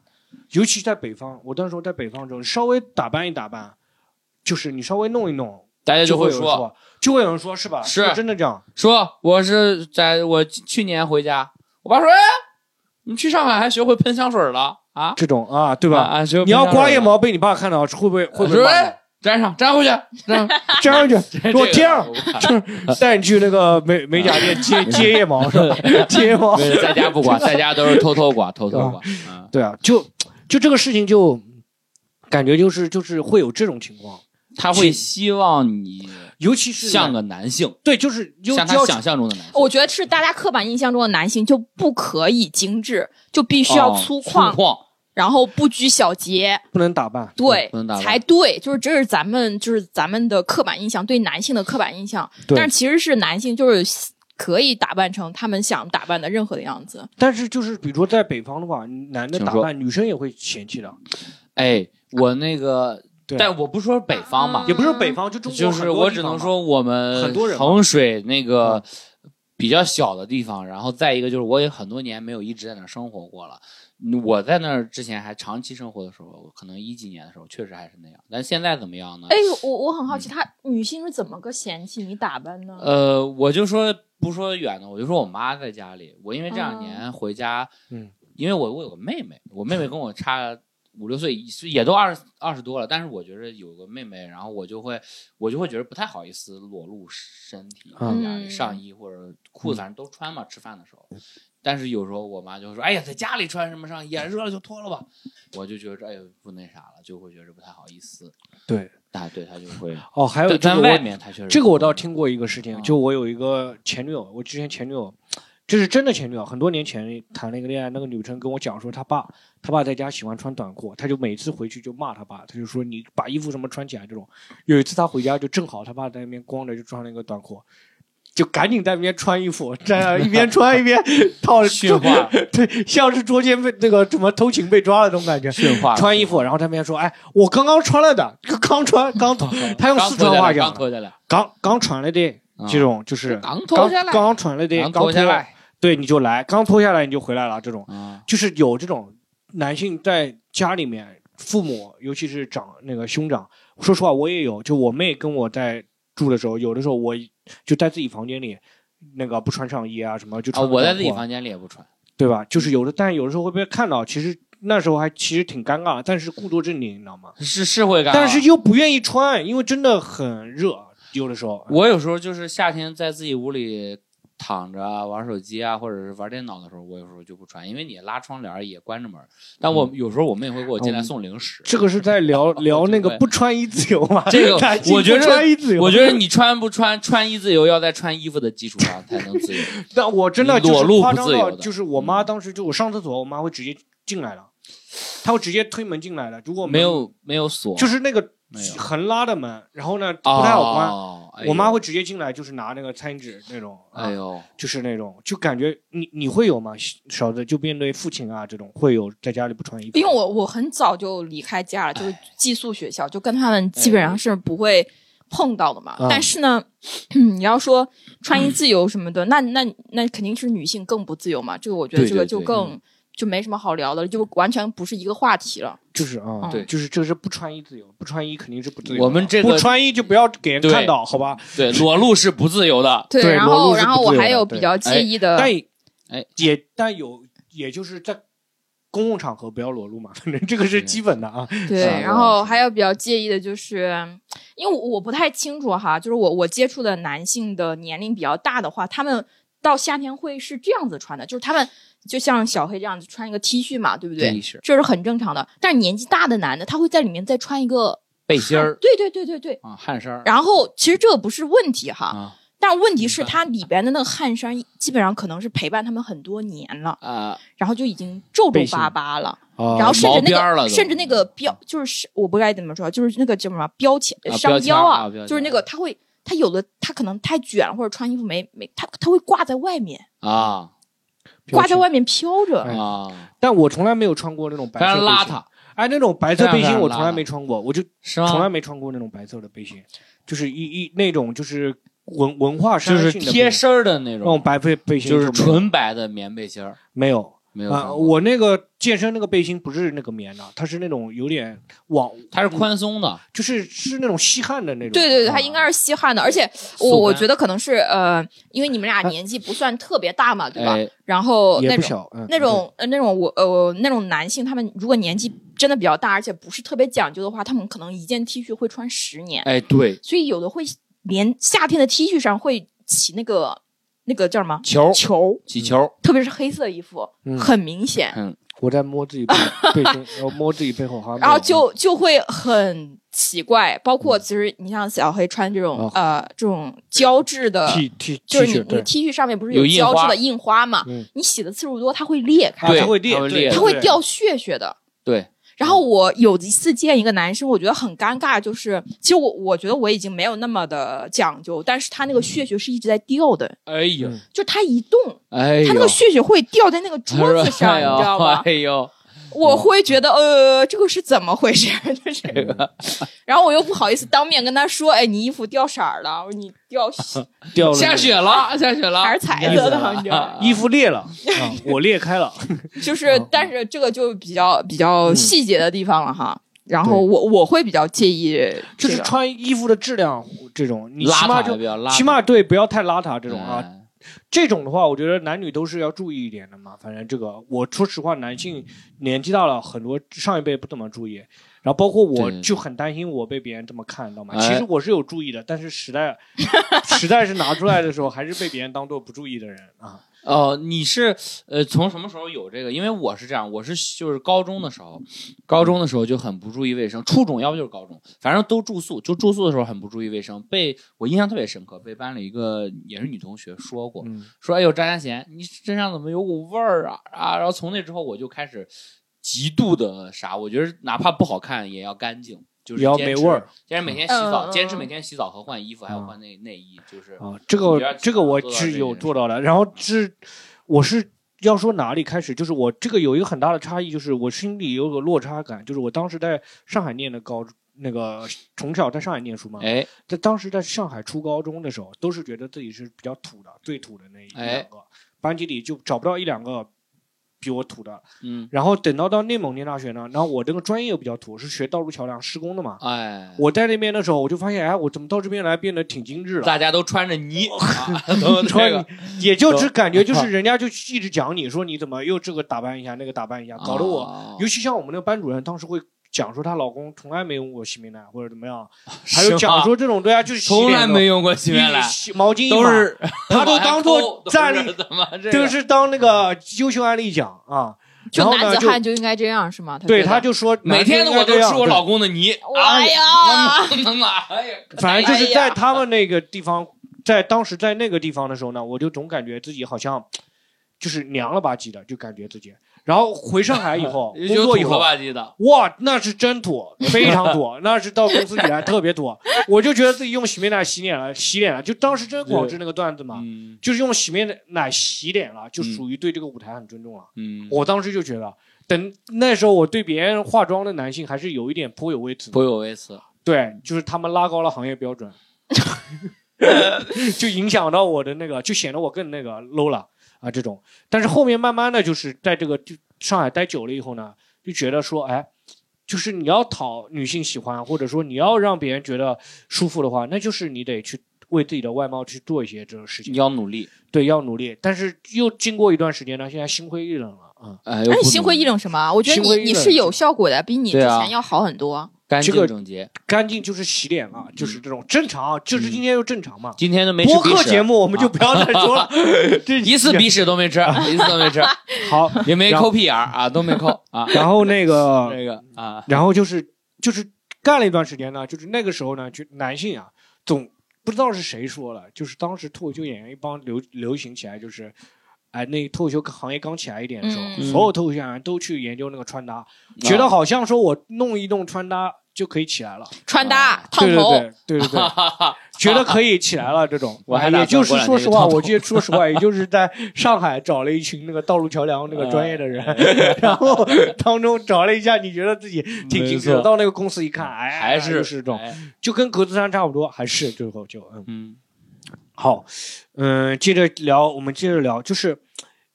A: 尤其在北方。我当时候在北方的时候，你稍微打扮一打扮，就是你稍微弄一弄，
B: 大家
A: 就
B: 就
A: 会有
B: 会
A: 人
B: 说
A: 说，就会有人说是吧？
B: 是
A: 真的这样。
B: 说我是在我去年回家，我爸说，哎，你去上海还学会喷香水了啊？
A: 这种啊，对
B: 对
A: 吧？
B: 啊，学会
A: 你
B: 喷香
A: 要
B: 水
A: 刮腋
B: 了，
A: 毛被你爸看到，会不会会不会
B: 说
A: 骂你
B: 哎，粘上，粘回去，粘上，
A: 这样就
B: 这
A: 我
B: 个
A: 这样
B: 我不看
A: 带你去那个美美甲 店接接腋毛是吧？接腋毛
B: 没有在家不刮，在家都是偷偷刮，偷偷刮。嗯，
A: 对啊，就就这个事情就感觉就是就是会有这种情况，
B: 他会希望你
A: 尤其是
B: 像个男性，
A: 对，就是要
B: 像他
A: 要
B: 想象中的男性。
C: 我觉得是大家刻板印象中的男性就不可以精致，就必须要
B: 哦
C: 粗
B: 粗
C: 犷，
B: 犷，
C: 然后不拘小节，
A: 不能打扮，
C: 对
B: 不能打，扮
C: 才对。就是这是咱们就是咱们的刻板印象对男性的刻板印象，
A: 对
C: 但是其实是男性就是可以打扮成他们想打扮的任何的样子。
A: 但是就是比如说在北方的话，男的
B: 请
A: 打
B: 说
A: 扮，女生也会嫌弃的，
B: 哎，我那个，
A: 对
B: 但我不说北方嘛
C: 啊
A: 也，不是北方，就中国
B: 就是
A: 很多
B: 我
A: 地
B: 只
A: 方
B: 能
A: 吧，
B: 说我们
A: 很多人嘛嗯
B: 衡水那个比较小的地方，然后再一个就是我也很多年没有一直在那儿生活过了。嗯我在那儿之前还长期生活的时候，可能一几年的时候确实还是那样，但现在怎么样呢？
C: 哎，我我很好奇，他女性是怎么个嫌弃你打扮呢？
B: 呃，我就说不说远的，我就说我妈在家里，我因为这两年回家，
A: 嗯，
B: 因为我我有个妹妹，我妹妹跟我差五六岁，也都二十二十多了，但是我觉得有个妹妹，然后我就会我就会觉得不太好意思裸露身体在
A: 嗯
B: 家里，
C: 嗯
B: 上衣或者裤子反正都穿嘛，吃饭的时候。但是有时候我妈就会说：“哎呀，在家里穿什么上衣啊，热了就脱了吧。”我就觉着哎呦不那啥了，就会觉着不太好意思。
A: 对，
B: 啊，对她就会。
A: 哦，还有
B: 但
A: 这
B: 但
A: 个
B: 外
A: 我
B: 面她确实
A: 这个我倒
B: 不会
A: 听过一个事情
B: 嗯，
A: 就我有一个前女友，我之前前女友， 这是真的前女友，很多年前谈了一个恋爱，那个女生跟我讲说，她爸，她爸在家喜欢穿短裤，她就每次回去就骂她爸，她就说你把衣服什么穿起来这种。有一次她回家就正好她爸在那边光着，就穿了一个短裤。就赶紧在那边穿衣服，在那一边穿一边 套
B: 驯化，
A: 对，像是捉奸被那个什么偷情被抓的那种感觉。
B: 驯化了
A: 穿衣服，然后他们还说：“哎，我刚刚穿了的，刚穿， 刚脱，他用
B: 刚
A: 四
B: 脱
A: 川
B: 下
A: 话
B: 来，
A: 讲
B: 刚
A: 的，
B: 脱下来，
A: 刚刚传了的
B: 嗯
A: 这种，就是
B: 刚脱
A: 啊刚
B: 下来，
A: 刚传了的，
B: 刚
A: 刚脱
B: 脱下，来。
A: 对你就来，刚脱下来你就回来了，这种
B: 啊，
A: 就是有这种男性在家里面，父母尤其是长那个兄长，说实话我也有，就我妹跟我在住的时候，有的时候我就在自己房间里。那个不穿上衣啊，什么就
B: 啊
A: 穿、
B: 我在自己，房间里也不穿。
A: 对吧？就是有的，但有的时候会被看到，其实那时候还其实挺尴尬，但是故作镇定，你知道吗？
B: 是是会干，啊
A: 但是又不愿意穿，因为真的很热，有的时候。
B: 我有时候就是夏天在自己屋里躺着啊玩手机啊，或者是玩电脑的时候，我有时候就不穿，因为你拉窗帘儿也关着门儿。但我有时候我妹会给我进来送零食。
A: 嗯这个是在聊聊那个不穿衣自由吗？
B: 哦 这个
A: 男性
B: 我觉
A: 不
B: 着
A: 穿衣自由，
B: 我觉得你穿不穿穿衣自由，要在穿衣服的基础上才能自由。
A: 但我真的就是
B: 裸露
A: 夸
B: 不
A: 张
B: 自由
A: 到，
B: 的
A: 就是我妈当时就我上厕所，我妈会直接进来了，她会直接推门进来了。如果
B: 没，有没有锁，
A: 就是那个
B: 没有
A: 横拉的门，然后呢不
B: 哦
A: 太好关，
B: 哎呦
A: 我妈会直接进来，就是拿那个餐纸那种，
B: 哎
A: 啊，
B: 呦，
A: 就是那种，就感觉你你会有吗？小子，就面对父亲啊这种，会有在家里不穿衣服，
C: 因为我我很早就离开家了，
B: 哎
C: 就是寄宿学校，就跟他们基本上是不会碰到的嘛。
A: 嗯
C: 但是呢， 你要说穿衣自由什么的，那那那肯定是女性更不自由嘛。这个我觉得
B: 对
C: 这个
B: 对
C: 就
B: 对嗯
C: 更就没什么好聊的，就完全不是一个话题了。
A: 就是啊，
C: 对
A: 就是这是不穿衣自由，不穿衣肯定是不自由的。
B: 我们这个
A: 不穿衣就不要给人
B: 对
A: 看到，好吧？
B: 对裸露是不自由的。
A: 对
C: 然
A: 裸露
C: 后
A: 是
C: 然后
A: 不
C: 我
A: 自由
C: 还
A: 的
C: 有
A: 对
C: 比较介意的，
A: 但也
B: 哎
A: 也但有，也就是在公共场合不要裸露嘛， 反正这个是基本的啊。
C: 对，
B: 啊
C: 然后还有比较介意的就是，因为我我不太清楚哈，就是我我接触的男性的年龄比较大的话，他们到夏天会是这样子穿的，就是他们就像小黑这样子穿一个 T 恤嘛，对不对？
B: T 恤
C: 这是很正常的。但是年纪大的男的，他会在里面再穿一个
B: 背心儿
C: 对对对对对。
B: 啊，汗衫儿
C: 然后其实这个不是问题哈，
B: 啊
C: 但问题是
B: 明白
C: 他里边的那个汗衫基本上可能是陪伴他们很多年了，
B: 啊，
C: 然后就已经皱皱
A: 背心
C: 巴巴了。
A: 啊
C: 然后
B: 是
C: 甚至
B: 呃毛边儿
C: 那
B: 了
C: 个，
B: 都
C: 甚至那个标，就是我不该怎么说，就是那个叫什么标签、
B: 啊
C: 商
B: 标签
C: 标
B: 儿
C: 啊，
B: 啊标签儿
C: 就是那个他会，他有的他可能太卷了，或者穿衣服没没，他他会挂在外面，
B: 啊
C: 挂在。外面飘着。
A: 哎
B: 啊，
A: 但我从来没有穿过那种白
B: 非常
A: 色
B: 邋
A: 背心
B: 遢，
A: 哎，那种白色背
B: 非
A: 心
B: 常
A: 我从来
B: 邋遢
A: 没穿过，我就是从
B: 吗
A: 来？没穿过那种白色的背心，就是一一那种就是文文化
B: 就
A: 衫
B: 是
A: 性的
B: 贴
A: 背心
B: 身儿的那
A: 那
B: 种
A: 种，白背背心，
B: 就是纯白的棉背心儿，
A: 没有。
B: 没有穿
A: 啊，
B: 过。
A: 我那个健身那个背心不是那个棉的，它是那种有点往，
B: 它是宽松的，
A: 就是是那种吸汗的那种。
C: 对对对，
A: 啊
C: 他应该是稀罕的，而且我
B: 速干
C: 我觉得可能是呃，因为你们俩年纪不算特别大嘛，
A: 嗯
C: 对吧？
B: 哎，
C: 然后
A: 也
C: 那
A: 不
C: 种
A: 小，嗯
C: 那种呃那种我呃那种男性，他们如果年纪真的比较大，而且不是特别讲究的话，他们可能一件 T 恤会穿十年。
B: 哎，对，
C: 所以有的会连夏天的 T 恤上会起那个那个叫什么
B: 球
C: 球，
B: 起球，
C: 特别是黑色衣服，
A: 嗯
C: 很明显，
A: 我在摸自 己背背心，我摸自己背后，好像没有
C: 然后就就会很奇怪。包括其实你像小黑穿这种、
A: 嗯哦
C: 呃这种胶质的，
A: T T
C: 就是
A: T 恤
C: 你你的
A: 对，
C: T 恤上面不是
B: 有印
C: 胶质
B: 花
C: 的印花嘛？
A: 嗯
C: 你洗的次数多，它会裂开，
B: 对
A: 它会
B: 它
A: 裂，
B: 会裂对
C: 它
A: 它
C: 会掉屑屑的。
B: 对，
C: 然后我有一次见一个男生，我觉得很尴尬，就是其实我我觉得我已经没有那么的讲究，但是他那个血血是一直在掉的，
B: 哎呦，
A: 嗯
C: 就他一动，
B: 哎呦，
C: 他那个血血会 掉在那个
B: 他说
C: 桌子上，
B: 哎呦
C: 你知道吗？
B: 哎呦，
C: 我会觉得呃，这个是怎么回事？ 就是，
A: 嗯
C: 然后我又不好意思当面跟他说，哎，你衣服掉色儿了，你掉血
A: 掉了那
B: 下
A: 个，
B: 雪了，下雪
A: 啊
B: 了，
C: 还是彩色的，你知道吗？
A: 衣哦嗯服裂了， 啊我裂开了，
C: 就是，但是这个就比较比较细节的地方了哈。然后
A: 嗯对
C: 我我会比较介意
A: 就
C: 这
A: 是
C: 个，
A: 穿衣服的质量这种，你
B: 邋
A: 起码
B: 遢的
A: 就
B: 比较邋遢，
A: 起码对不要太邋遢这种啊，
B: 哎，
A: 这种的话，我觉得男女都是要注意一点的嘛。反正这个，我说实话，男性年纪大了，很多上一辈不怎么注意，然后包括我
B: 对对
A: 就很担心我被别人这么看到嘛。
B: 哎
A: 其实我是 有注意的，但是实在实在是拿出来的时候，还是被别人当做不注意的人啊。
B: 哦，你是呃从什么时候有这个？因为我是这样，我是就是高中的时候，高中的时候就很不注意卫生，初中要不就是高中，反正都住宿，就住宿的时候很不注意卫生，被我印象特别深刻，被班里一个也是女同学说过，
A: 嗯
B: 说哎呦张佳贤，你身上怎么有股味儿啊啊！然后从那之后我就开始极度的啥，我觉得哪怕不好看也要干净。就是
A: 也要
B: 坚
A: 没
B: 持
A: 味儿，
B: 坚持每天洗澡，
C: 嗯嗯嗯
B: 坚持每天洗澡和换衣服，还有
A: 嗯
B: 换内内衣，就是
A: 啊，这
B: 你觉
A: 个
B: 得
A: 这个我
B: 做到这
A: 是
B: 一
A: 有
B: 点
A: 做到的。然后是我是要说哪里开始，就是我这个有一个很大的差异，就是我心里有个落差感，就是我当时在上海念的高。那个从小在上海念书嘛，
B: 哎
A: 在当时在上海初高中的时候，都是觉得自己是比较土的，最土的那一
B: 哎
A: 两个，班级里就找不到一两个比我土的。
B: 嗯
A: 然后等到到内蒙念大学呢，然后我这个专业又比较土，是学道路桥梁施工的嘛。
B: 哎，
A: 我在那边的时候，我就发现，哎，我怎么到这边来变得挺精致了？
B: 大家都穿着泥，啊 都这
A: 穿
B: 个，
A: 也就是感 觉就是人家就一直讲你说你怎么又这个打扮一下那个打扮一下，
B: 哦
A: 搞得我，
B: 我
A: 尤其像我们那个班主任当时会讲说她老公从来没用过洗面奶或者怎么样，还有讲说这种对啊，就是洗
B: 从
A: 脸
B: 来
A: 的
B: 没用过洗面奶，
A: 洗毛巾一
B: 都
A: 码
B: 是
A: 他都当做
B: 站
A: 战
B: 立
A: 例，
B: 怎么这
A: 就
B: 个
A: 是当那个优秀案例讲啊。然
C: 就
A: 后呢，
C: 男
A: 就
C: 子汉就应该这样是吗？他
A: 对
C: 觉得
A: 他就说
B: 每天
A: 男生
B: 我
A: 应该
B: 都
A: 这样
B: 吃我
A: 对
B: 老公的泥，
C: 哎呀，
B: 能啊，哎呀，，
A: 反正就是
C: 哎
A: 在
C: 呀
A: 他们那个地方，在当时在那个地方的时候呢，我就总感觉自己好像就是娘了吧唧的，就感觉自己。然后回上海以后 工作以
B: 有土了
A: 后，
B: 吧唧的，
A: 哇，那是真土，非常土， 那是到公司以来特别土。我就觉得自己用洗面奶洗脸了，洗脸了，就当时真广志那个段子嘛，
B: 嗯
A: 就是用洗面奶洗脸了，就
B: 嗯
A: 属于对这个舞台很尊重了。
B: 嗯，
A: 我当时就觉得，等那时候我对别人化妆的男性还是有一点颇有微词的。
B: 颇有微词。
A: 对，就是他们拉高了行业标 准，就影响到我的那个，就显得我更那个 low 了啊这种。但是后面慢慢的就是在这个就上海待久了以后呢，就觉得说，哎，就是你要讨女性喜欢，或者说你要让别人觉得舒服的话，那就是你得去为自己的外貌去做一些这种事
B: 你
A: 情，
B: 要努力，
A: 对，要努力。但是又经过一段时间呢，现在心灰意冷了啊。
B: 哎，
C: 那
B: 又
C: 你
B: 不
C: 心灰意冷什么啊？我觉得
A: 心灰
C: 你
A: 意
C: 你
A: 冷
C: 是有效果的，比你之
B: 对啊
C: 前要好很多。
B: 干
A: 这
B: 净
A: 个
B: 整洁。
A: 干净就是洗脸了，就是
B: 嗯
A: 这种正常啊，就是今天又正常嘛。
B: 今天都没嗯吃
A: 播
B: 鼻
A: 客节
B: 屎，啊
A: 目我们就不要再 说了，这
B: 一次鼻屎都没 吃，一次都没吃，
A: 好，
B: 也没抠屁眼儿啊，都没抠 啊。
A: 然后那个，
B: 这个啊，
A: 然后就是就是干了一段时间呢，就是那个时候呢，就男性啊，总不知道是谁说了，就是当时脱口秀演员一帮流流行起来，就是哎，那脱口秀行业刚起来一点的时候，
C: 嗯
A: 所有脱口秀演员都去研究那个穿搭，
B: 啊
A: 觉得好像说我弄一弄穿搭就可以起来了，
C: 穿搭
B: 啊、
C: 烫头，嗯
A: 对对对对对对， 觉得可以起来了这种。
B: 我还
A: 哎
B: 打
A: 也就
B: 算
A: 是
B: 过
A: 说
B: 两天
A: 实
B: 去
A: 话，
B: 烫头
A: 我记得说实话，也就是在上海找了一群那个道路桥梁 那个
B: 嗯
A: 专业的人，然后当中找了一下，你觉得自己挺
B: 嗯没
A: 精致
B: 错
A: 的，到那个公司一看，哎，
B: 还是
A: 就是这种，
B: 哎
A: 就跟格子衫差不多，还是最后就嗯
B: 嗯
A: 好，嗯，接着聊，我们接着聊，就是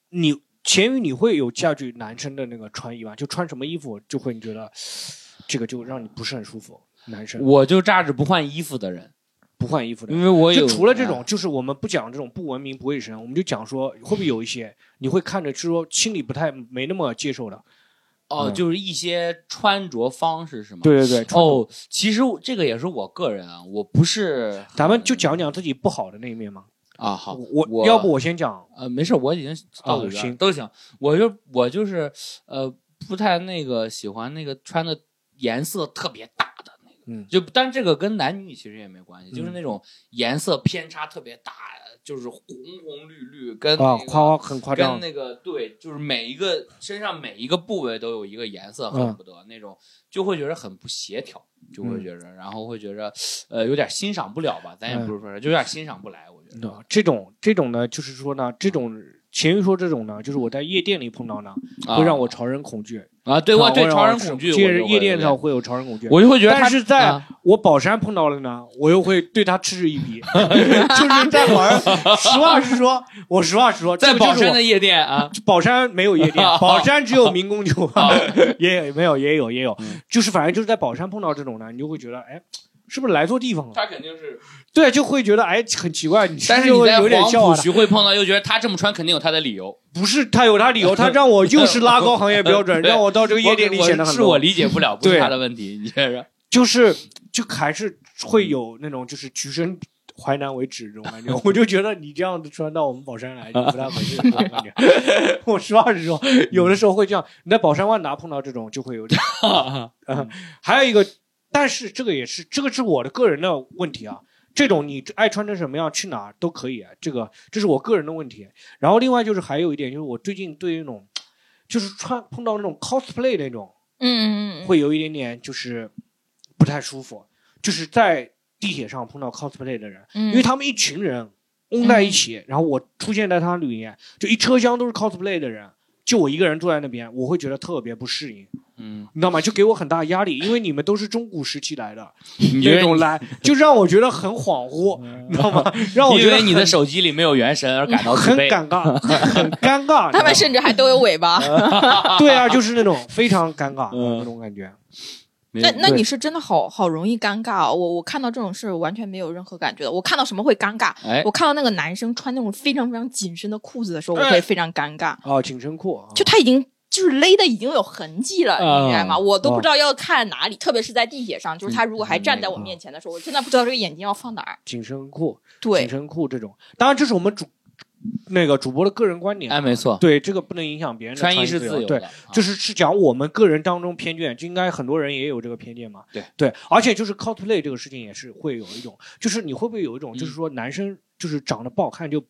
A: 你咸鱼你会有驾驭男生的那个穿衣吗？就穿什么衣服就会你觉得这个就让你不是很舒服，男生
B: 我就扎着不换衣服的人，
A: 不换衣服的。
B: 因为我有
A: 就
B: 哎
A: 除了这种，就是我们不讲这种不文明、不卫生，我们就讲说会不会有一些你会看着是说心里不太没那么接受的。
B: 哦，
A: 嗯
B: 就是一些穿着方式是吗？。
A: 对对对，传统，
B: 哦，其实我这个也是我个人啊，我不是
A: 咱们就讲讲自己不好的那一面嘛。
B: 啊，好，
A: 我
B: 我
A: 要不我先讲，
B: 呃，没事，我已经到了、
A: 哦行
B: 都行。我就我就是呃，不太那个喜欢那个穿的颜色特别大的那个，
A: 嗯
B: 就但这个跟男女其实也没关系，就是
A: 嗯
B: 那种颜色偏差特别大，就是红红绿绿跟、那
A: 啊，
B: 个
A: 夸夸很夸
B: 跟
A: 张，
B: 那个对，就是每一个身上每一个部位都有一个颜色，恨
A: 嗯
B: 不得、那种就会觉得很不协调，就会觉着，然后会觉着呃有点欣赏不了吧，咱也不是说是，就有点欣赏不来，我觉得
A: 嗯这种这种呢，就是说呢，这种咸鱼说这种呢，就是我在夜店里碰到呢，
B: 啊
A: 会让我潮人恐惧。
B: 啊，对
A: 啊
B: 我对
A: 会让
B: 潮人恐惧，
A: 夜
B: 我就会
A: 夜店
B: 有
A: 上
B: 点
A: 会有潮人恐惧。
B: 我就会觉得
A: 但
B: 他
A: 是在
B: 啊
A: 我宝山碰到了呢，我又会对他嗤之以 鼻，就是在玩儿。实话实说，我实话实说，这
B: 在
A: 个
B: 宝
A: 就是我
B: 山的夜 店啊，，
A: 宝山没有夜店 宝山只有民工酒吧
B: 啊，
A: 也有没有也有也有
B: 嗯，
A: 就是反正就是在宝山碰到这种呢，你就会觉得哎。是不是来错地方了？
B: 他肯定 是，
A: 对，就会觉得哎很奇怪，你
B: 但是
A: 就
B: 你
A: 会
B: 在
A: 有点
B: 黄
A: 笑
B: 浦
A: 话他。
B: 徐汇碰到，又觉得他这么穿肯定有他的理由，
A: 不是他有他理由，他让我又是拉高行业标准，
B: 对
A: 让我到这个夜店里
B: 我
A: 显得很 low
B: 是我理解不了，不是
A: 对
B: 他的问题，你觉着
A: 就是就还是会有那种就是橘生淮南为止这种感觉， 我就觉得你这样子穿到我们宝山来就不太合适这种感觉。 我实话实说，有的时候会这样。你在宝山万达碰到这种就会有点。嗯，还有一个，但是这个也是这个是我的个人的问题啊。这种你爱穿成什么样去哪儿都可以，啊这个这是我个人的问题。然后另外就是还有一点就是我最近对那种就是穿碰到那种 cosplay 那种
C: 嗯嗯嗯，
A: 会有一点点就是不太舒服，就是在地铁上碰到 cosplay 的人，
C: 嗯
A: 因为他们一群人拥在一起，然后我出现在他里面，就一车厢都是 cosplay 的人，就我一个人坐在那边，我会觉得特别不适应，
B: 嗯，
A: 你知道吗？就给我很大压力，因为你们都是中古时期来的
B: 你觉
A: 那
B: 得
A: 种来，就让我觉得很恍惚，
C: 嗯
A: 你知道吗？让我
B: 你以
A: 觉得
B: 为你
A: 很
B: 的手机里没有原神而感到自
A: 很
B: 卑？
A: 尴 尬，很尴尬。
C: 他们
A: 你知
C: 甚至还都有 尾巴。
A: 道吗对啊，就是那种非常尴尬
B: 嗯
A: 啊那种感觉。
B: 没
C: 那
B: 有
C: 那你是真的好好容易尴尬、哦，我我看到这种事儿完全没有任何感觉的。我看到什么会尴尬？
B: 哎
C: 我看到那个男生穿那种非常非常紧身的裤子的时候，
A: 哎
C: 我会非常尴尬。
A: 哦，紧身裤啊，
C: 就他已经就是勒的已经有痕迹了，
B: 啊
C: 你明白吗？我都不知道要看哪里，特别是在地铁上，就是他如果还站在我
A: 嗯
C: 面前的时候，我真的不知道这个眼睛要放哪儿。
A: 紧身裤，紧
C: 对，
A: 身裤这种，当然这是我们主那个主播的个人观点啊。
B: 哎，没错，
A: 对，这个不能影响别人的
B: 穿
A: 衣
B: 衣是自由
A: 对
B: 的，，啊
A: 就是是讲我们个人当中偏见，就应该很多人也有这个偏见嘛。
B: 对
A: 对，而且就是 cosplay 这个事情也是会有一种，就是你会不会有一种，
B: 嗯
A: 就是说男生就是长得不好看就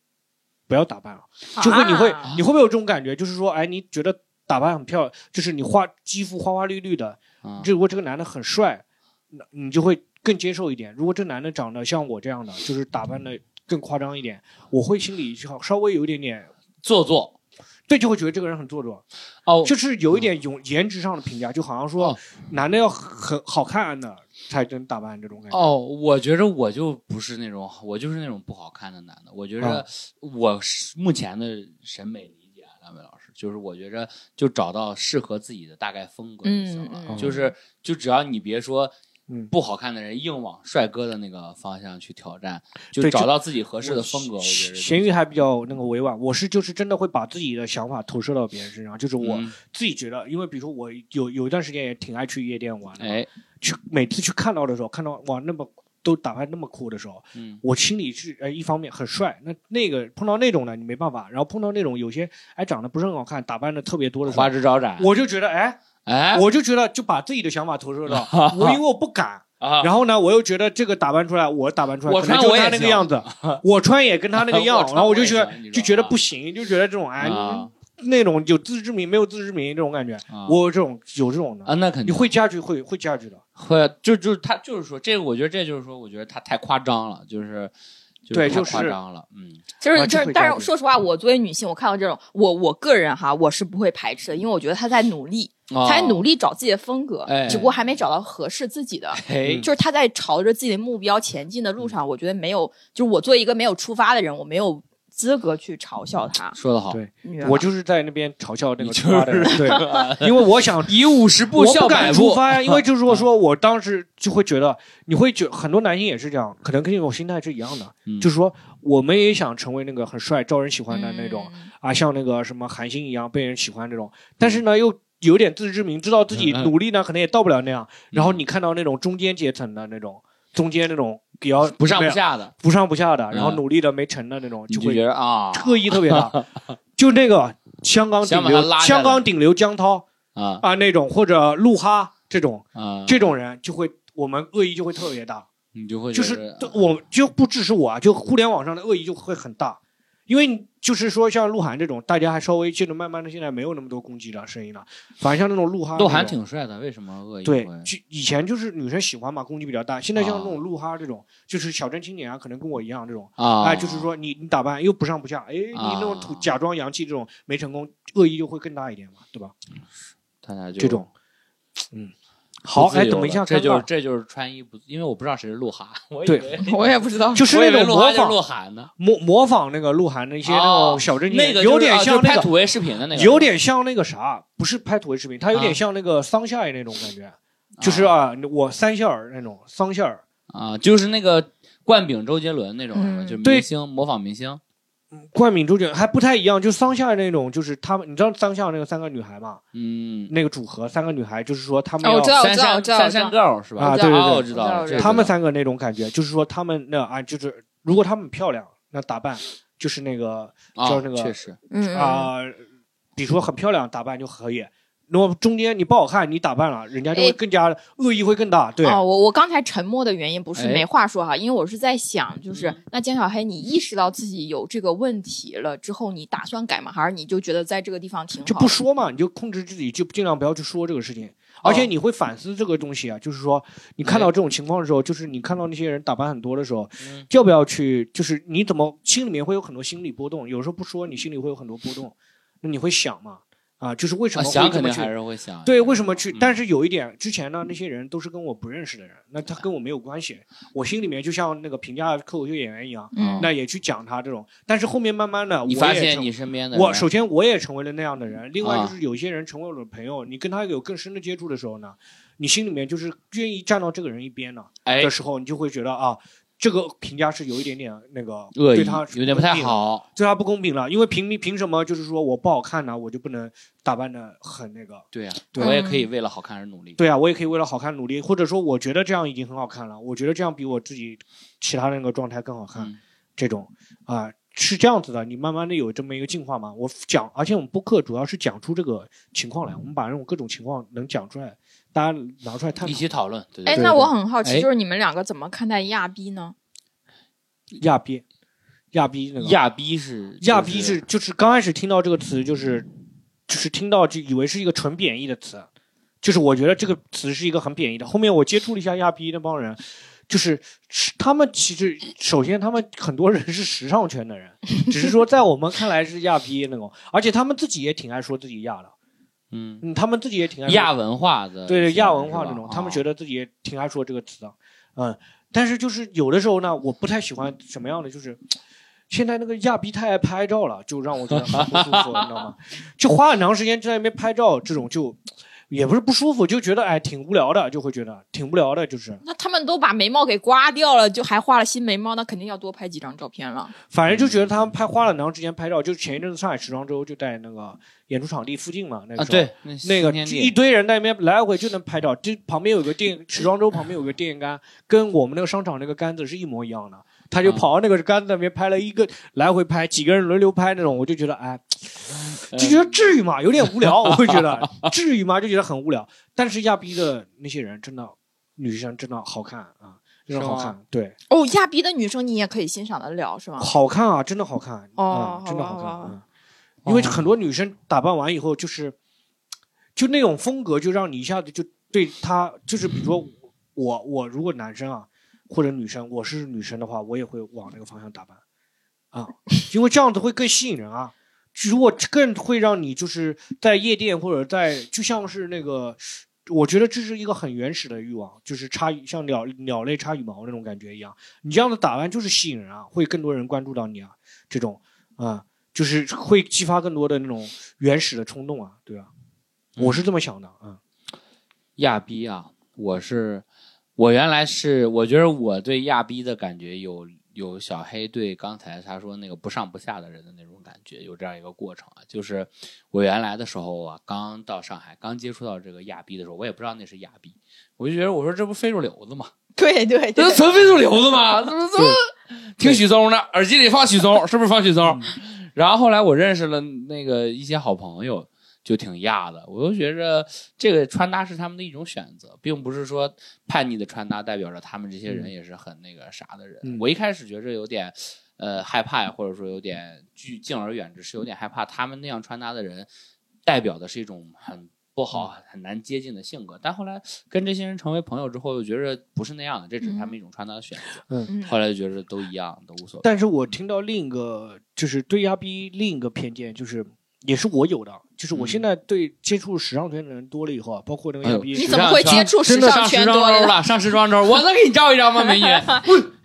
A: 不要打扮了，就会你会
C: 啊
A: 你会不会有这种感觉，就是说哎，你觉得打扮很漂亮，就是你花肌肤花花绿绿的，
B: 啊
A: 这如果这个男的很帅，那你就会更接受一点；如果这男的长得像我这样的，就是打扮的更夸张一点，我会心里稍稍微有一点点，
B: 做作
A: 对，就会觉得这个人很做作，
B: 哦，
A: 就是有一点有颜值上的评价，就好像说
B: 哦
A: 男的要很好看的才能打扮这种感觉。
B: 哦，我觉着我就不是那种，我就是那种不好看的男的。我觉着我是目前的审美理解啊，两位老师，就是我觉着就找到适合自己的大概风格就行了。啊
C: 嗯
A: 嗯
B: 就是就只要你别说
A: 嗯
B: 不好看的人硬往帅哥的那个方向去挑战，就
A: 对
B: 找
A: 就
B: 到自己合适的风格。我觉着
A: 咸鱼还比较那个委婉，我是就是真的会把自己的想法投射到别人身上，就是我
B: 嗯
A: 自己觉得，因为比如说我有有一段时间也挺爱去夜店玩的，
B: 哎
A: 去每次去看到的时候，看到哇那么都打扮那么酷的时候，
B: 嗯
A: 我心里是呃一方面很帅，那那个碰到那种呢你没办法，然后碰到那种有些哎长得不是很好看，打扮的特别多的时候
B: 花，枝招展，
A: 我就觉得哎，
B: 哎
A: 我就觉得就把自己的想法投射 到我，因为我不敢。
B: 啊
A: 然后呢，我又觉得这个打扮出来，我打扮出来
B: 我
A: 可能
B: 穿
A: 就
B: 我也
A: 他那个
B: 行
A: 样子，我穿也跟他那个
B: 我
A: 样子，
B: 穿
A: 然后我
B: 我
A: 就
B: 也
A: 觉得
B: 行你
A: 就
B: 知道
A: 觉得
B: 吧
A: 不行，就觉得这种哎
B: 啊
A: 那种有自知之明没有自知之明这种感觉，
B: 啊
A: 我有这种有这种的，
B: 啊那肯定
A: 你会加剧会会加剧的，
B: 会，啊就就是他就是说这个，我觉得这就是说，我觉得他太夸张了，就是
A: 对
B: 太
A: 就是
B: 夸张了，嗯，
C: 就是
A: 啊
C: 就
A: 这
C: 是，
A: 会
C: 但
A: 加
C: 是
A: 分
C: 说实话，我作为女性，我看到这种，我我个人哈，我是不会排斥的，因为我觉得他在努力，
B: 哦
C: 他在努力找自己的风格
B: 哎，
C: 只不过还没找到合适自己的。
A: 嗯
B: 哎，
C: 就是他在朝着自己的目标前进的路上，我觉得没有，就是我作为一个没有出发的人，我没有资格去嘲笑他。
B: 说的好，
A: 对
C: 你明白吗
A: 我就是在那边嘲笑那
B: 你
A: 个
B: 就
A: 出发的人， 对，因为我想
B: 以五十步
A: 我
B: 笑
A: 不
B: 百
A: 敢
B: 步
A: 出，发呀，因 为就是说，说我当时就会觉得，你会觉很多男性也是这样，可能跟这种心态是一样的，
B: 嗯
A: 就是说我们也想成为那个很帅、招人喜欢的那种、
C: 嗯
A: 啊，像那个什么韩星一样被人喜欢这种，但是呢又。有点自知之明，知道自己
B: 嗯嗯嗯嗯
A: 努力呢，可能也到不了那样。然后你看到那种中间阶层的那种，中间那种也要
B: 不上不，下的，
A: 啊不上不下的，然后
B: 嗯
A: 努力的没成的那种，
B: 你
A: 就
B: 就
A: 会
B: 觉得啊
A: 特意特别 大。就那个香港
B: 想
A: 顶
B: 把他
A: 流
B: 拉，下
A: 香
B: 来
A: 港顶流江涛
B: 啊
A: 啊那种，或者鹿哈这种，
B: 啊，
A: 这种人就会我们恶意就会特别大，
B: 你就会
A: 就
B: 觉
A: 是
B: 得啊
A: 对我就不只是我啊，就互联网上的恶意就会很大，因为你就是说像鹿晗这种，大家还稍微现在慢慢的现在没有那么多攻击的声音了，反而像那种鹿哈，
B: 鹿晗啊挺帅的，为哎啊什么恶意
A: 对
B: 会，
A: 就以前就是女生喜欢嘛，攻击比较大，现在像那种鹿哈这种，就是小镇青年啊，可能跟我一样这种。
B: 啊？
A: 哎，就是说你你打扮又不上不下，哎，你那种土
B: 啊
A: 假装洋气这种没成功，恶意就会更大一点嘛，对吧？
B: 他俩就
A: 这种，嗯，
B: 不
A: 好，
B: 自
A: 哎，
B: 由
A: 怎么
B: 了
A: 一下
B: 这
A: 尴
B: 就是
A: 尬
B: 这就是穿衣不，因为我不知道谁是鹿晗，我以
A: 对
B: 为
C: 嗯我也不知道，
A: 就是
B: 我以
A: 那
B: 为
A: 种
B: 鹿
A: 模
B: 晗是
A: 仿
B: 鹿晗呢，
A: 模模仿那个鹿晗的一些那
B: 哦
A: 种小镇青
B: 那
A: 年，
B: 个就是
A: 有点
B: 啊
A: 像
B: 就是
A: 那
B: 拍
A: 个，
B: 土味视频的那个，
A: 有点像那个啥，不是拍土味视频，他有
B: 啊
A: 点像那个桑夏那种感觉，
B: 啊
A: 就是啊，我三线儿那种桑夏儿，
B: 啊，就是那个灌饼周杰伦那种是吧，
C: 嗯
B: 就明
A: 对
B: 星模仿明星
A: 冠冕周杰还不太一样，就桑夏那种，就是他们，你知道桑夏那个三个女孩嘛，
B: 嗯，
A: 那个组合三个女孩，就是说他们
C: 哦，我
A: 要
C: 知道，我
B: 三
C: 知道，
B: 山
C: 我知道，我
B: 三
C: 知
B: 山
C: 道。
B: girl 是吧？
A: 啊
B: 哦
A: 对对对
B: 我知道了，
C: 我知道
B: 这个
A: 他们三个那种感觉，就是说他们那啊，就是如果她们漂亮，那打扮就是那个
B: 啊
A: 就是那个
B: 确实，
C: 嗯，
A: 啊、比如说很漂亮，打扮就可以。如果中间你不好看，你打扮了，人家就会
C: 哎
A: 更加恶意会更大。对，
C: 哦，我我刚才沉默的原因不是
B: 哎
C: 没话说哈，因为我是在想，就是、
B: 嗯
C: 那江小黑，你意识到自己有这个问题了之后，你打算改吗？还是你就觉得在这个地方挺好？
A: 就不说嘛，你就控制自己，就尽量不要去说这个事情。
C: 哦
A: 而且你会反思这个东西啊，就是说你看到这种情况的时候，就是你看到那些人打扮很多的时候，
B: 嗯
A: 要不要去？就是你怎么心里面会有很多心理波动？有时候不说，你心里会有很多波动，那你会想嘛？啊，就是为什
B: 啊
A: 么会
B: 想
A: 这
B: 肯
A: 么
B: 定
A: 去？
B: 还是会想。
A: 对，为什么去
B: 嗯？
A: 但是有一点，之前呢，那些人都是跟我不认识的人，那他跟我没有关系，我心里面就像那个评价脱口秀演员一样，
C: 嗯
A: 那也去讲他这种。但是后面慢慢的，我
B: 你发
A: 也
B: 现
A: 成
B: 你身边的
A: 我
B: 人
A: 首先我也成为了那样的人，另外
B: 啊
A: 就是有些人成为我的朋友，你跟他有更深的接触的时候呢，你心里面就是愿意站到这个人一边呢
B: 哎
A: 的时候，你就会觉得啊，这个评价是有一点点那个
B: 恶意
A: 对他
B: 有点不太
A: 公平
B: 好，
A: 对他不公平了，因为凭凭什么就是说我不好看呢，我就不能打扮的很那个？
B: 对呀，啊
A: 对
B: 我也
C: 嗯
B: 可以为了好看而努力。
A: 对啊，我也可以为了好看努力，或者说我觉得这样已经很好看了，我觉得这样比我自己其他那个状态更好看，
B: 嗯
A: 这种啊、是这样子的，你慢慢的有这么一个进化嘛。我讲，而且我们播客主要是讲出这个情况来，
B: 嗯
A: 我们把这种各种情况能讲出来，大家拿出来探
B: 一
A: 讨。
B: 起讨论，对对
C: 哎，
B: 对。
C: 那我很好奇，
B: 哎
C: 就是你们两个怎么看待亚逼呢？
A: 亚逼，亚逼那个
B: 亚逼是
A: 亚逼是就是刚开始听到这个词就是就是听到就以为是一个纯贬义的词，就是我觉得这个词是一个很贬义的。后面我接触了一下亚逼那帮人，就是是他们其实首先他们很多人是时尚圈的人，只是说在我们看来是亚逼那种，而且他们自己也挺爱说自己亚的，
B: 嗯
A: 嗯，他们自己也挺爱说
B: 亚文化呃的，
A: 对对
B: 是吧
A: 亚文化这种，他们觉
B: 哦
A: 得自己也挺爱说这个词的，嗯，但是就是有的时候呢，我不太喜欢什么样的，就是现在那个亚逼太爱拍照了，就让我觉得很不舒服，你知道吗？就花很长时间在那边拍照，这种就也不是不舒服，就觉得哎挺无聊的，就会觉得挺无聊的，就是
C: 那他们都把眉毛给刮掉了，就还画了新眉毛，那肯定要多拍几张照片了。
A: 反正就觉得
B: 嗯
A: 他们拍花了很长时间拍照，就前一阵子上海时装周就在那个演出场地附近嘛，那个
B: 啊，
A: 时候
B: 对，
A: 那
B: 那
A: 个
B: 新天
A: 就
B: 地
A: 一堆人在那边来回就能拍照，这旁边有个电时装周旁边有个电线杆，跟我们那个商场那个杆子是一模一样的。他
C: 嗯
A: 就跑到那个杆子那边拍了一个来回拍，几个人轮流拍那种，我就觉得哎，
B: 嗯
A: 就觉得至于吗？有点无聊，我会觉得至于吗？就觉得很无聊。但是亚逼的那些人真的，女生真的好看啊，真的好
B: 是
A: 看，对，
C: 哦，亚逼的女生你也可以欣赏得了，是 吗？
A: 好看啊，真的好看，
C: 哦
A: 嗯，真的
C: 好吧
A: 看
C: 好吧
A: 嗯，因为很多女生打扮完以后，就是就那种风格，就让你一下子就对她，就是比如说我我如果男生啊或者女生，我是女生的话，我也会往那个方向打扮啊，因为这样子会更吸引人啊。如果更会让你就是在夜店或者在就像是那个，我觉得这是一个很原始的欲望，就是插像鸟鸟类插羽毛那种感觉一样。你这样的打扮就是吸引人啊，会更多人关注到你啊，这种啊、就是会激发更多的那种原始的冲动啊，对吧、我
C: 嗯
A: 是这么想的啊，
B: 亚逼啊，我是我原来是我觉得我对亚逼的感觉有有小黑对刚才他说那个不上不下的人的那种感觉，有这样一个过程啊，就是我原来的时候啊，刚到上海，刚接触到这个亚逼的时候，我也不知道那是亚逼，我就觉得我说这不非主流子吗？
C: 对对
B: 这
C: 对
B: 不， 纯非主流子吗？啊怎么怎么 听许嵩呢？耳机里放许嵩，是不是放许
C: 哦
A: 嗯
B: 嵩？然后后来我认识了那个一些好朋友，就挺亚的。我就觉着这个穿搭是他们的一种选择，并不是说叛逆的穿搭代表着他们这些人也是很那个啥的人。
A: 嗯
B: 我一开始觉着有点。呃，害怕呀，或者说有点拒敬而远之，是有点害怕他们那样穿搭的人，代表的是一种很不好、很难接近的性格。但后来跟这些人成为朋友之后，又觉着不是那样的，这只是他们一种穿搭的选择。
C: 嗯
B: 后来就觉着都一样，都无所谓。
A: 但是我听到另一个就是对亚逼另一个偏见，就是也是我有的，就是
C: 嗯
A: 我现在对接触时尚圈的人多了以后啊，包括那个亚逼，
B: 哎呦
C: 你怎么会接触时
B: 真的
C: 尚
B: 上时
C: 圈
B: 装
C: 多
B: 周
C: 了？
B: 了，上时装周，我能给你照一张吗，美女？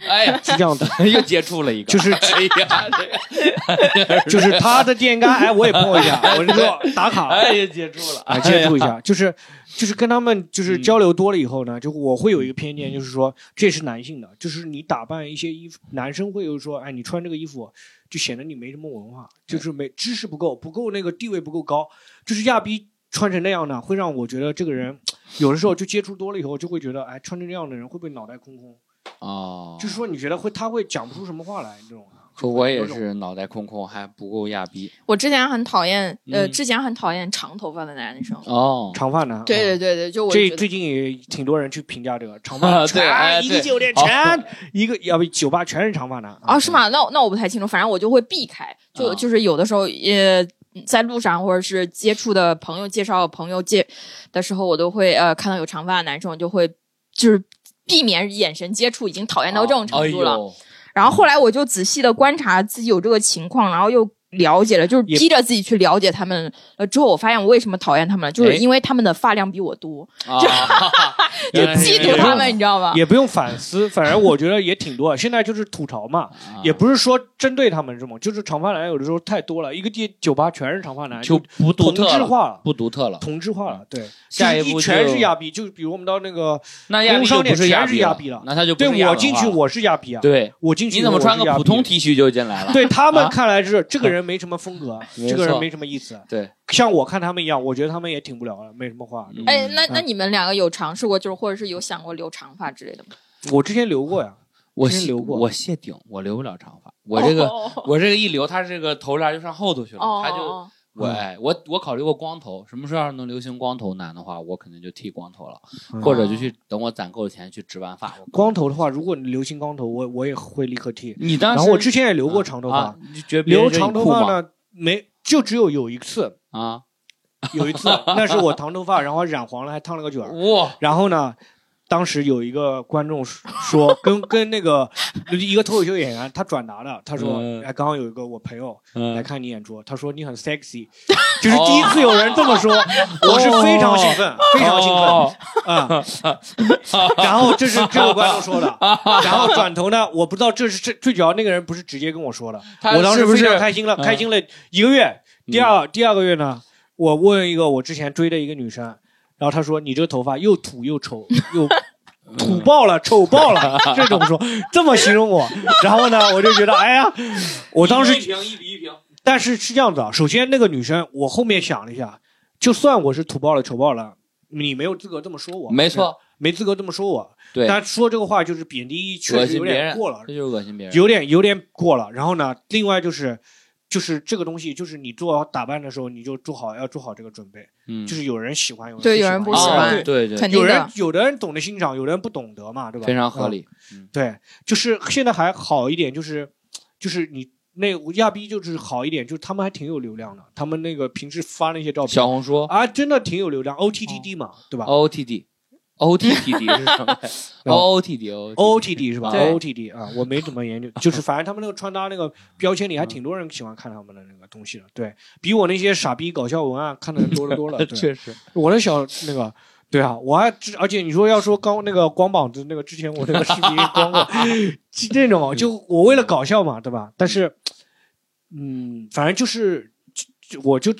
B: 哎呀，
A: 是这样的，
B: 又接触了一个，
A: 就是
B: 哎呀， 这个
A: 就是他的电杆，哎，我也碰一下，我就说打卡，
B: 哎呀，接触了，嗯
A: 啊，接触一 下，就是就是跟他们就是交流多了以后呢，就我会有一个偏见，就是说这也是男性的，就是你打扮一些衣服，男生会有说，哎，你穿这个衣服就显得你没什么文化，就是没知识不够，不够那个地位不够高，就是亚逼穿成那样呢，会让我觉得这个人有的时候就接触多了以后，就会觉得，哎，穿成这样的人会不会脑袋空空？
B: 哦，
A: 就是说你觉得会他会讲不出什么话来这种啊。
B: 说我也
A: 有种
B: 是脑袋空空，还不够亚逼
C: 我之前很讨厌，呃，
B: 嗯
C: 之前很讨厌长头发的男生。
B: 哦。
A: 长发男，
C: 对
A: 嗯
C: 对对对，就我
A: 这
C: 觉得
A: 最近也挺多人去评价这个长发，
B: 啊对哎
A: 全一个
B: 对
A: 酒店
B: 好
A: 全一个，要不酒吧全是长发男
C: 啊，是吗？那我那我不太清楚，反正我就会避开，就、
B: 啊
C: 就是有的时候呃，在路上或者是接触的朋友介绍朋友介的时候，我都会呃看到有长发的男生，我就会就是避免眼神接触，已经讨厌到这种程度了。
B: 哎呦
C: 然后后来我就仔细的观察自己有这个情况，然后又了解了，就是
A: 也
C: 逼着自己去了解他们了之后，我发现我为什么讨厌他们了，就是
B: 哎
C: 因为他们的发量比我多，
B: 啊，
C: 就
B: 原来是
C: 嫉
B: 这样
C: 妒他们，你知道吗？
A: 也不用反思，反正我觉得也挺多。现在就是吐槽嘛，
B: 啊
A: 也不是说针对他们这种，就是长发男有的时候太多了，一个地酒吧全是长发男，
B: 就不独
A: 同
B: 特
A: 质
B: 了，
A: 化了。
B: 不独特了。
A: 同质化了，对，
B: 下一
A: 就是
B: 步
A: 全
B: 就是
A: 亚逼，就是比如我们到那个，
B: 那亚
A: 工
B: 逼就
A: 商
B: 不
A: 店
B: 是
A: 全是
B: 亚
A: 亚逼了
B: 那他就不
A: 对
B: 是亚
A: 我
B: 文
A: 进
B: 化
A: 去
B: 了
A: 我是亚逼啊，
B: 对，
A: 我进去
B: 你怎么穿
A: 我是
B: 个
A: 亚
B: 普
A: 逼
B: 通 T 恤就进来了？
A: 对他
B: 啊
A: 们看来是这个人没什么风格，
B: 没
A: 这个人
B: 错
A: 没什么意思。
B: 对，
A: 像我看他们一样，我觉得他们也挺不了了，没什么话。
B: 嗯
C: 哎，那那你们两个有尝试过，就是或者是有想过留长发之类的吗？
A: 我之前留过呀，
B: 我
A: 真
B: 谢
A: 留过
B: 我谢顶，我留不了长发。我这个
C: 哦
B: 我这个一留，他这个头帘就上后头去了，
C: 哦，
B: 他就
C: 哦
B: 我
A: 嗯
B: 哎我我考虑过光头，什么时候要是能流行光头男的话，我肯定就剃光头了，
A: 嗯
B: 或者就去等我攒够了钱去植完发。我
A: 光头的话，如果你流行光头，我我也会立刻剃。
B: 你当
A: 然
B: 时
A: 后我之前也留过长头发，
B: 啊，你觉得别人
A: 留
B: 觉得
A: 长
B: 你
A: 头
B: 酷
A: 发
B: 吗？
A: 呢，没就只有有一次，
B: 啊，
A: 有 一次那是我长头发，然后染黄了，还烫了个卷儿。
B: 哇，
A: 然后呢，当时有一个观众说，跟跟那个一个脱口秀演员他转达的，他说，
B: 嗯
A: 哎，刚刚有一个我朋友来
B: 嗯，
A: 看你演出，他说你很 sexy，就是 第一次有人这么说，我是非常兴奋，非常兴奋
B: 哦
A: 啊。然后这是这个观众 说的，然后转头呢，我不知道这是这最主要那个人不是直接跟我说的，
B: 他
A: 我当
B: 是
A: 时
B: 不
A: 非
B: 是
A: 常开心了，
B: 嗯
A: 开心了一个月。
B: 嗯
A: 第二第二个月呢，我问一个我之前追的一个女生，然后她说你这个头发又土又 丑又土爆了，丑爆了，这种说这么形容我，然后呢，我就觉得哎呀，我当时
B: 平一比一平，
A: 但是是这样子啊，首先那个女生，我后面想了一下，就算我是土爆了、丑爆了，你没有资格这么说我，
B: 没，错，
A: 没资格这么说我。
B: 对，
A: 但说这个话就是贬低，确
B: 恶
A: 实
B: 心
A: 有
B: 别
A: 点
B: 人
A: 过了，
B: 这就是恶心别人。
A: 有点有点过了。然后呢，另外就是。就是这个东西，就是你做好打扮的时候，你就做好要做好这个准备。
B: 嗯
A: 就是有人喜欢，有人
C: 对
A: 不
C: 有人不
A: 喜
C: 喜
A: 欢
C: 欢
B: 啊，对对，
C: 肯
A: 有
C: 定
A: 人
C: 的，
A: 有的人懂得欣赏，有的人不懂得嘛，对吧？
B: 非常合
A: 嗯
B: 理。
A: 对，就是现在还好一点，就是就是你那亚逼就是好一点，就是他们还挺有流量的，他们那个平时发那些照片
B: 小红哦书
A: 啊，真的挺有流量，OTTD 嘛，对吧
B: O O T D O T T D 是什么？O
A: 哦
B: O T D O
A: ？OOTD 是吧
C: 对
A: ？OOTD 啊，我没怎么研究，就是反正他们那个穿搭那个标签里还挺多人喜欢看他们的那个东西的，对比我那些傻逼搞笑文案看的人多得多 了。对，
B: 确实
A: 我的小那个。对啊，我还之而且你说要说刚那个光膀子那个之前我那个视频 光过，就这种就我为了搞笑嘛，对吧？但是，嗯，反正就是就就我就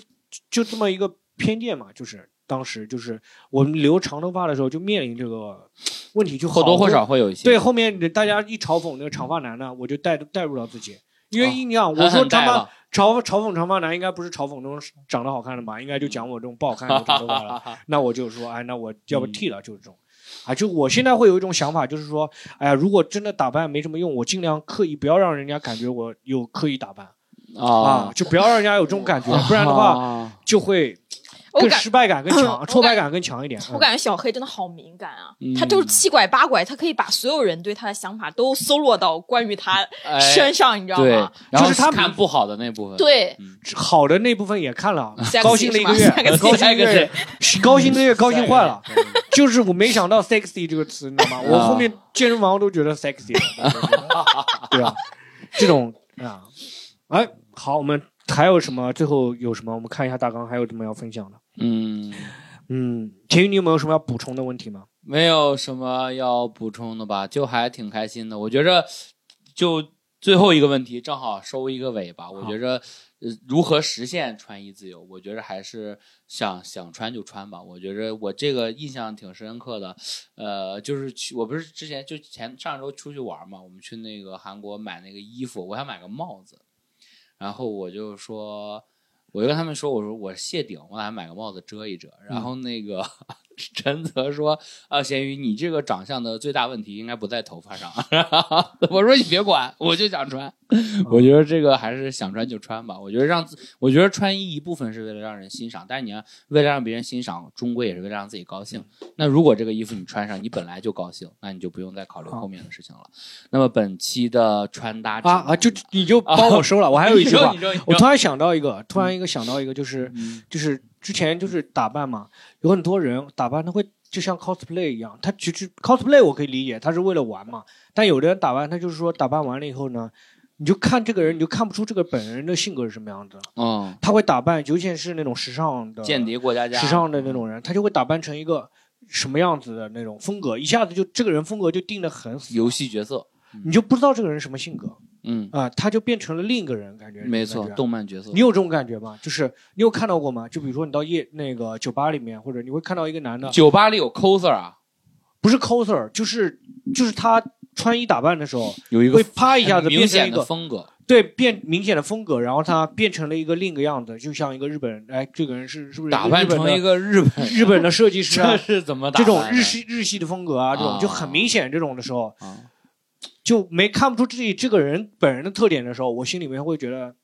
A: 就这么一个偏见嘛，就是当时就是我们留长头发的时候就面临这个问题，就好
B: 或多或少会有一些。
A: 对，后面大家一嘲讽那个长发男呢，我就带带入到自己，因为
B: 哦
A: 你想
B: 狠
A: 我
B: 狠
A: 说长
B: 带
A: 发
B: 了，
A: 嘲嘲讽长发男应该不是嘲讽那种长得好看的吧？应该就讲我这种不好看的长头发 了。那我就说，哎，那我要不
B: 嗯
A: 剃了，就是这种。啊，就我现在会有一种想法，就是说，哎呀，如果真的打扮没什么用，我尽量刻意不要让人家感觉我有刻意打扮啊
B: 啊，，
A: 就不要让人家有这种感觉，
B: 哦
A: 不然的话
B: 话，
A: 就会
C: 我
A: 更
C: 感
A: 失败感更强，挫败感更强一点。
C: 我感觉小黑真的好敏感啊，
B: 嗯
C: 他就是七拐八拐，他可以把所有人对他的想法都搜罗到关于他
B: 哎
C: 身上，你知道
B: 对
C: 吗？，
B: 然后
A: 就是他
B: 看不好的那部分。
C: 对，
A: 嗯好的那部分也看了，
C: 下
A: 高
C: 个
A: 兴
C: 星
A: 了
C: 期
A: 一个
C: 嘛
A: 月
C: 下
A: 高
C: 个，
B: 星期
A: 兴一个
B: 下一
A: 月
B: 个，
A: 高兴一个月，高兴坏了。
B: 下一个。
A: 就是我没想到 sexy 这个词，你知道吗？
B: 啊
A: 我后面健身房都觉得 sexy，了 对啊，这种啊，哎，好，我们还有什么？最后有什么？我们看一下大纲，还有什么要分享的？
B: 嗯，
A: 嗯，田宇，你有没有什么要补充的问题吗？
B: 没有什么要补充的吧？就还挺开心的。我觉着，就最后一个问题，正好收一个尾巴。我觉着，呃，如何实现穿衣自由？我觉着还是想想穿就穿吧。我觉着我这个印象挺深刻的，呃，就是去，我不是之前就前上周出去玩嘛，我们去那个韩国买那个衣服，我想买个帽子，然后我就说。我就跟他们说，我说我谢顶，我打算买个帽子遮一遮。然后那个、 陈泽说：“啊，咸鱼，你这个长相的最大问题应该不在头发上。” 我说：“你别管，我就想穿。”我觉得这个还是想穿就穿吧。我觉得让自，我觉得穿衣一部分是为了让人欣赏，但是你要为了让别人欣赏，终归也是为了让自己高兴。那如果这个衣服你穿上，你本来就高兴，那你就不用再考虑后面的事情了。那么本期的穿搭指
A: 啊
B: 南
A: 啊，就你就帮我收了。我还有一句话
B: 你，说，你说，
A: 我突
B: 你说，
A: 然想到一个，突然一个想到一个，就是
B: 嗯
A: 就是之前就是打扮嘛，有很多人打扮他会就像 cosplay 一样，他其实 cosplay 我可以理解，他是为了玩嘛。但有的人打扮，他就是说打扮完了以后呢，你就看这个人，你就看不出这个本人的性格是什么样子的。
B: 嗯，
A: 他会打扮，尤其是那种时尚的
B: 间谍过家家，
A: 时尚的那种人，他就会打扮成一个什么样子的那种风格，一下子就这个人风格就定得很死，
B: 游戏角色，
A: 你就不知道这个人什么性格
B: 嗯，
A: 啊、他就变成了另一个人，感觉
B: 没
A: 这
B: 错，
A: 种感觉啊
B: 动漫角色
A: 你，有这种感觉吗？就是你有看到过吗？就比如说你到夜那个酒吧里面，或者你会看到一个男的，
B: 酒吧里有 coser 啊，
A: 不是 coser，就是就是他穿衣打扮的时候，
B: 有一个
A: 会啪一下子
B: 很
A: 变成一
B: 明显的
A: 个
B: 风格，
A: 对变明显的风格，然后他变成了一个另一个样子，就像一个日本人，哎，这个人是是不是
B: 打扮
A: 日本
B: 成
A: 的
B: 一个日 本人，
A: 日本的设计师啊
B: 这？是怎么打
A: 这
B: 扮
A: 种
B: 的？
A: 日系日系的风格啊，这种
B: 啊
A: 就很明显。这种的时候
B: 啊，
A: 就没看不出自己这个人本人的特点的时候，我心里面会觉得，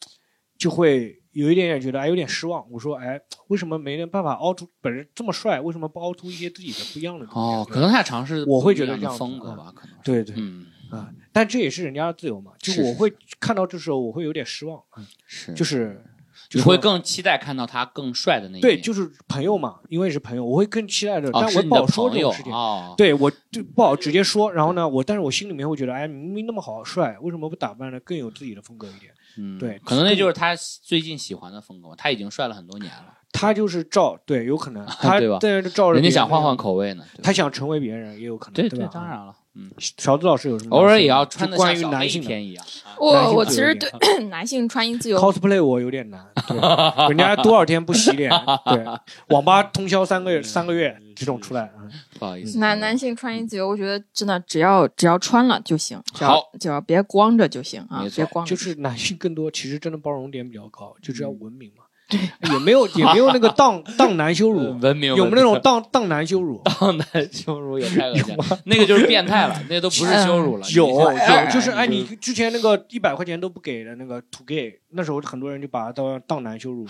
A: 就会有一点点觉得哎有点失望。我说哎，为什么没人办法凹出本人这么帅？为什么不凹出一些自己的不一样的东西？
B: 哦，可能他尝试
A: 我会觉得
B: 不一样的
A: 这样
B: 风
A: 子啊
B: 格吧，可能是，
A: 对对
B: 嗯，
A: 啊，但这也是人家的自由嘛。就是我会看到这时候，我会有点失望，啊
B: 是，
A: 就是就
B: 嗯你
A: 是
B: 会
A: 说
B: 更期待看到他更帅的那一
A: 对，
B: 面
A: 就是朋友嘛，因为是朋友，我会更期待的。
B: 哦
A: 但
B: 是
A: 我
B: 你
A: 不
B: 的
A: 好说
B: 朋
A: 这
B: 友
A: 种事情，
B: 哦，
A: 对我就不好直接说，然后呢，我但是我心里面会觉得，哎，明明那么好帅，为什么不打扮的更有自己的风格一点？
B: 嗯，
A: 对
B: 可能那就是他最近喜欢的风格吧，他已经帅了很多年了，
A: 他就是照对，有可能 他
B: 对吧
A: 但是照着
B: 人家
A: 别
B: 想
A: 那
B: 换
A: 样
B: 换，口味呢，对吧
A: 他想成为别人也有可能，
B: 对
A: 对吧
B: 当。然了，嗯，
A: 勺子老师有什么想说
B: 偶
A: 的？
B: 尔也要穿的啊
A: 就关于男性的
B: 天一样，
A: 男
C: 我
A: 性
C: 我
A: 自由
C: 其实
A: 一点
C: 对男性穿衣自由
A: cosplay 我有点难， 对，人家多少天不洗脸，对，网吧通宵三个
B: 嗯
A: 月三个月这种出来，嗯
B: 不好意思，
C: 男男性穿衣自由，我觉得真的只要只要穿了就行，只要
B: 好
C: 只要别光着就行啊
B: 没，错
C: 别光着
A: 就
C: 就行。
A: 是男性更多其实真的包容点比较高，就只要
B: 嗯
A: 文明嘛，对，也没有也没有 那个当当男羞
B: 呃
A: 辱，
B: 文明
A: 有没有那种当当男羞辱？
B: 当 男羞辱也太恶心，了，那个就是变态了，那都不
C: 嗯
B: 是羞辱了，
A: 有
B: 你这
A: 有，就是哎，你
B: 你
A: 之前那个一百块钱都不给的那个土 gay，那时候很多人就把他当当男羞辱，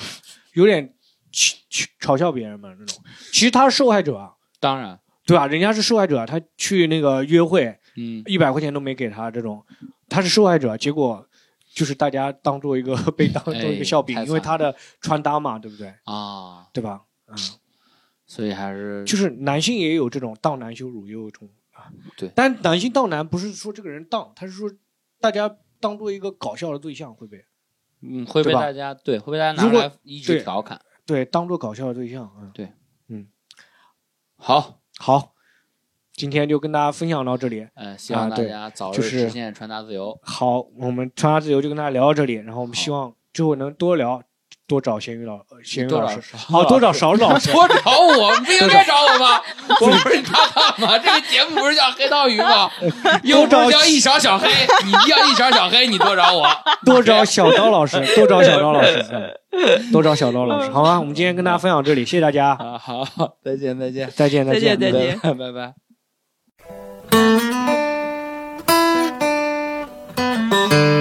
A: 有点嘲嘲嘲笑别人嘛那种。其实他是受害者啊，
B: 当然，
A: 对吧？人家是受害者啊，他去那个约会，
B: 嗯，
A: 一百块钱都没给他，这种他是受害者，结果就是大家当做一个 被当做一个笑柄
B: 哎，太
A: 因为
B: 惨
A: 他的穿搭嘛，对不对？
B: 啊，
A: 对吧？嗯，
B: 所以还是
A: 就是男性也有这种荡男羞辱，也有这种啊。
B: 对
A: 但男性荡男不是说这个人荡，他是说大家当做一个搞笑的对象会被
B: 嗯会被
A: 对吧
B: 大家对会被大家拿
A: 如果
B: 来一直
A: 对
B: 调侃。
A: 对当做搞笑的对象啊。嗯
B: 好，
A: 好，今天就跟大家分享到这里。
B: 呃，希望
A: 啊
B: 大
A: 对
B: 家早日
A: 就是
B: 实现穿搭自 由。
A: 好，我们穿搭自由就跟大家聊到这里，然后我们
B: 好
A: 希望之后能多聊，多找咸鱼老呃咸鱼
B: 多
A: 老
B: 少
A: 师，好多找勺子老师。
B: 多找我，不应该找我 吗？我不是他干嘛？这个节目不是叫黑刀鱼吗？ 又不是叫一勺 小黑，你要一勺小黑，你多找我。
A: 多找小刀老师，多找小刀老师，嗯多找小刀老师，好吗？我们今天跟大家分享这里，谢谢大家，
B: 啊，好，再见，再见，
A: 再见，
C: 再见再见
B: 拜拜拜。
D: Thank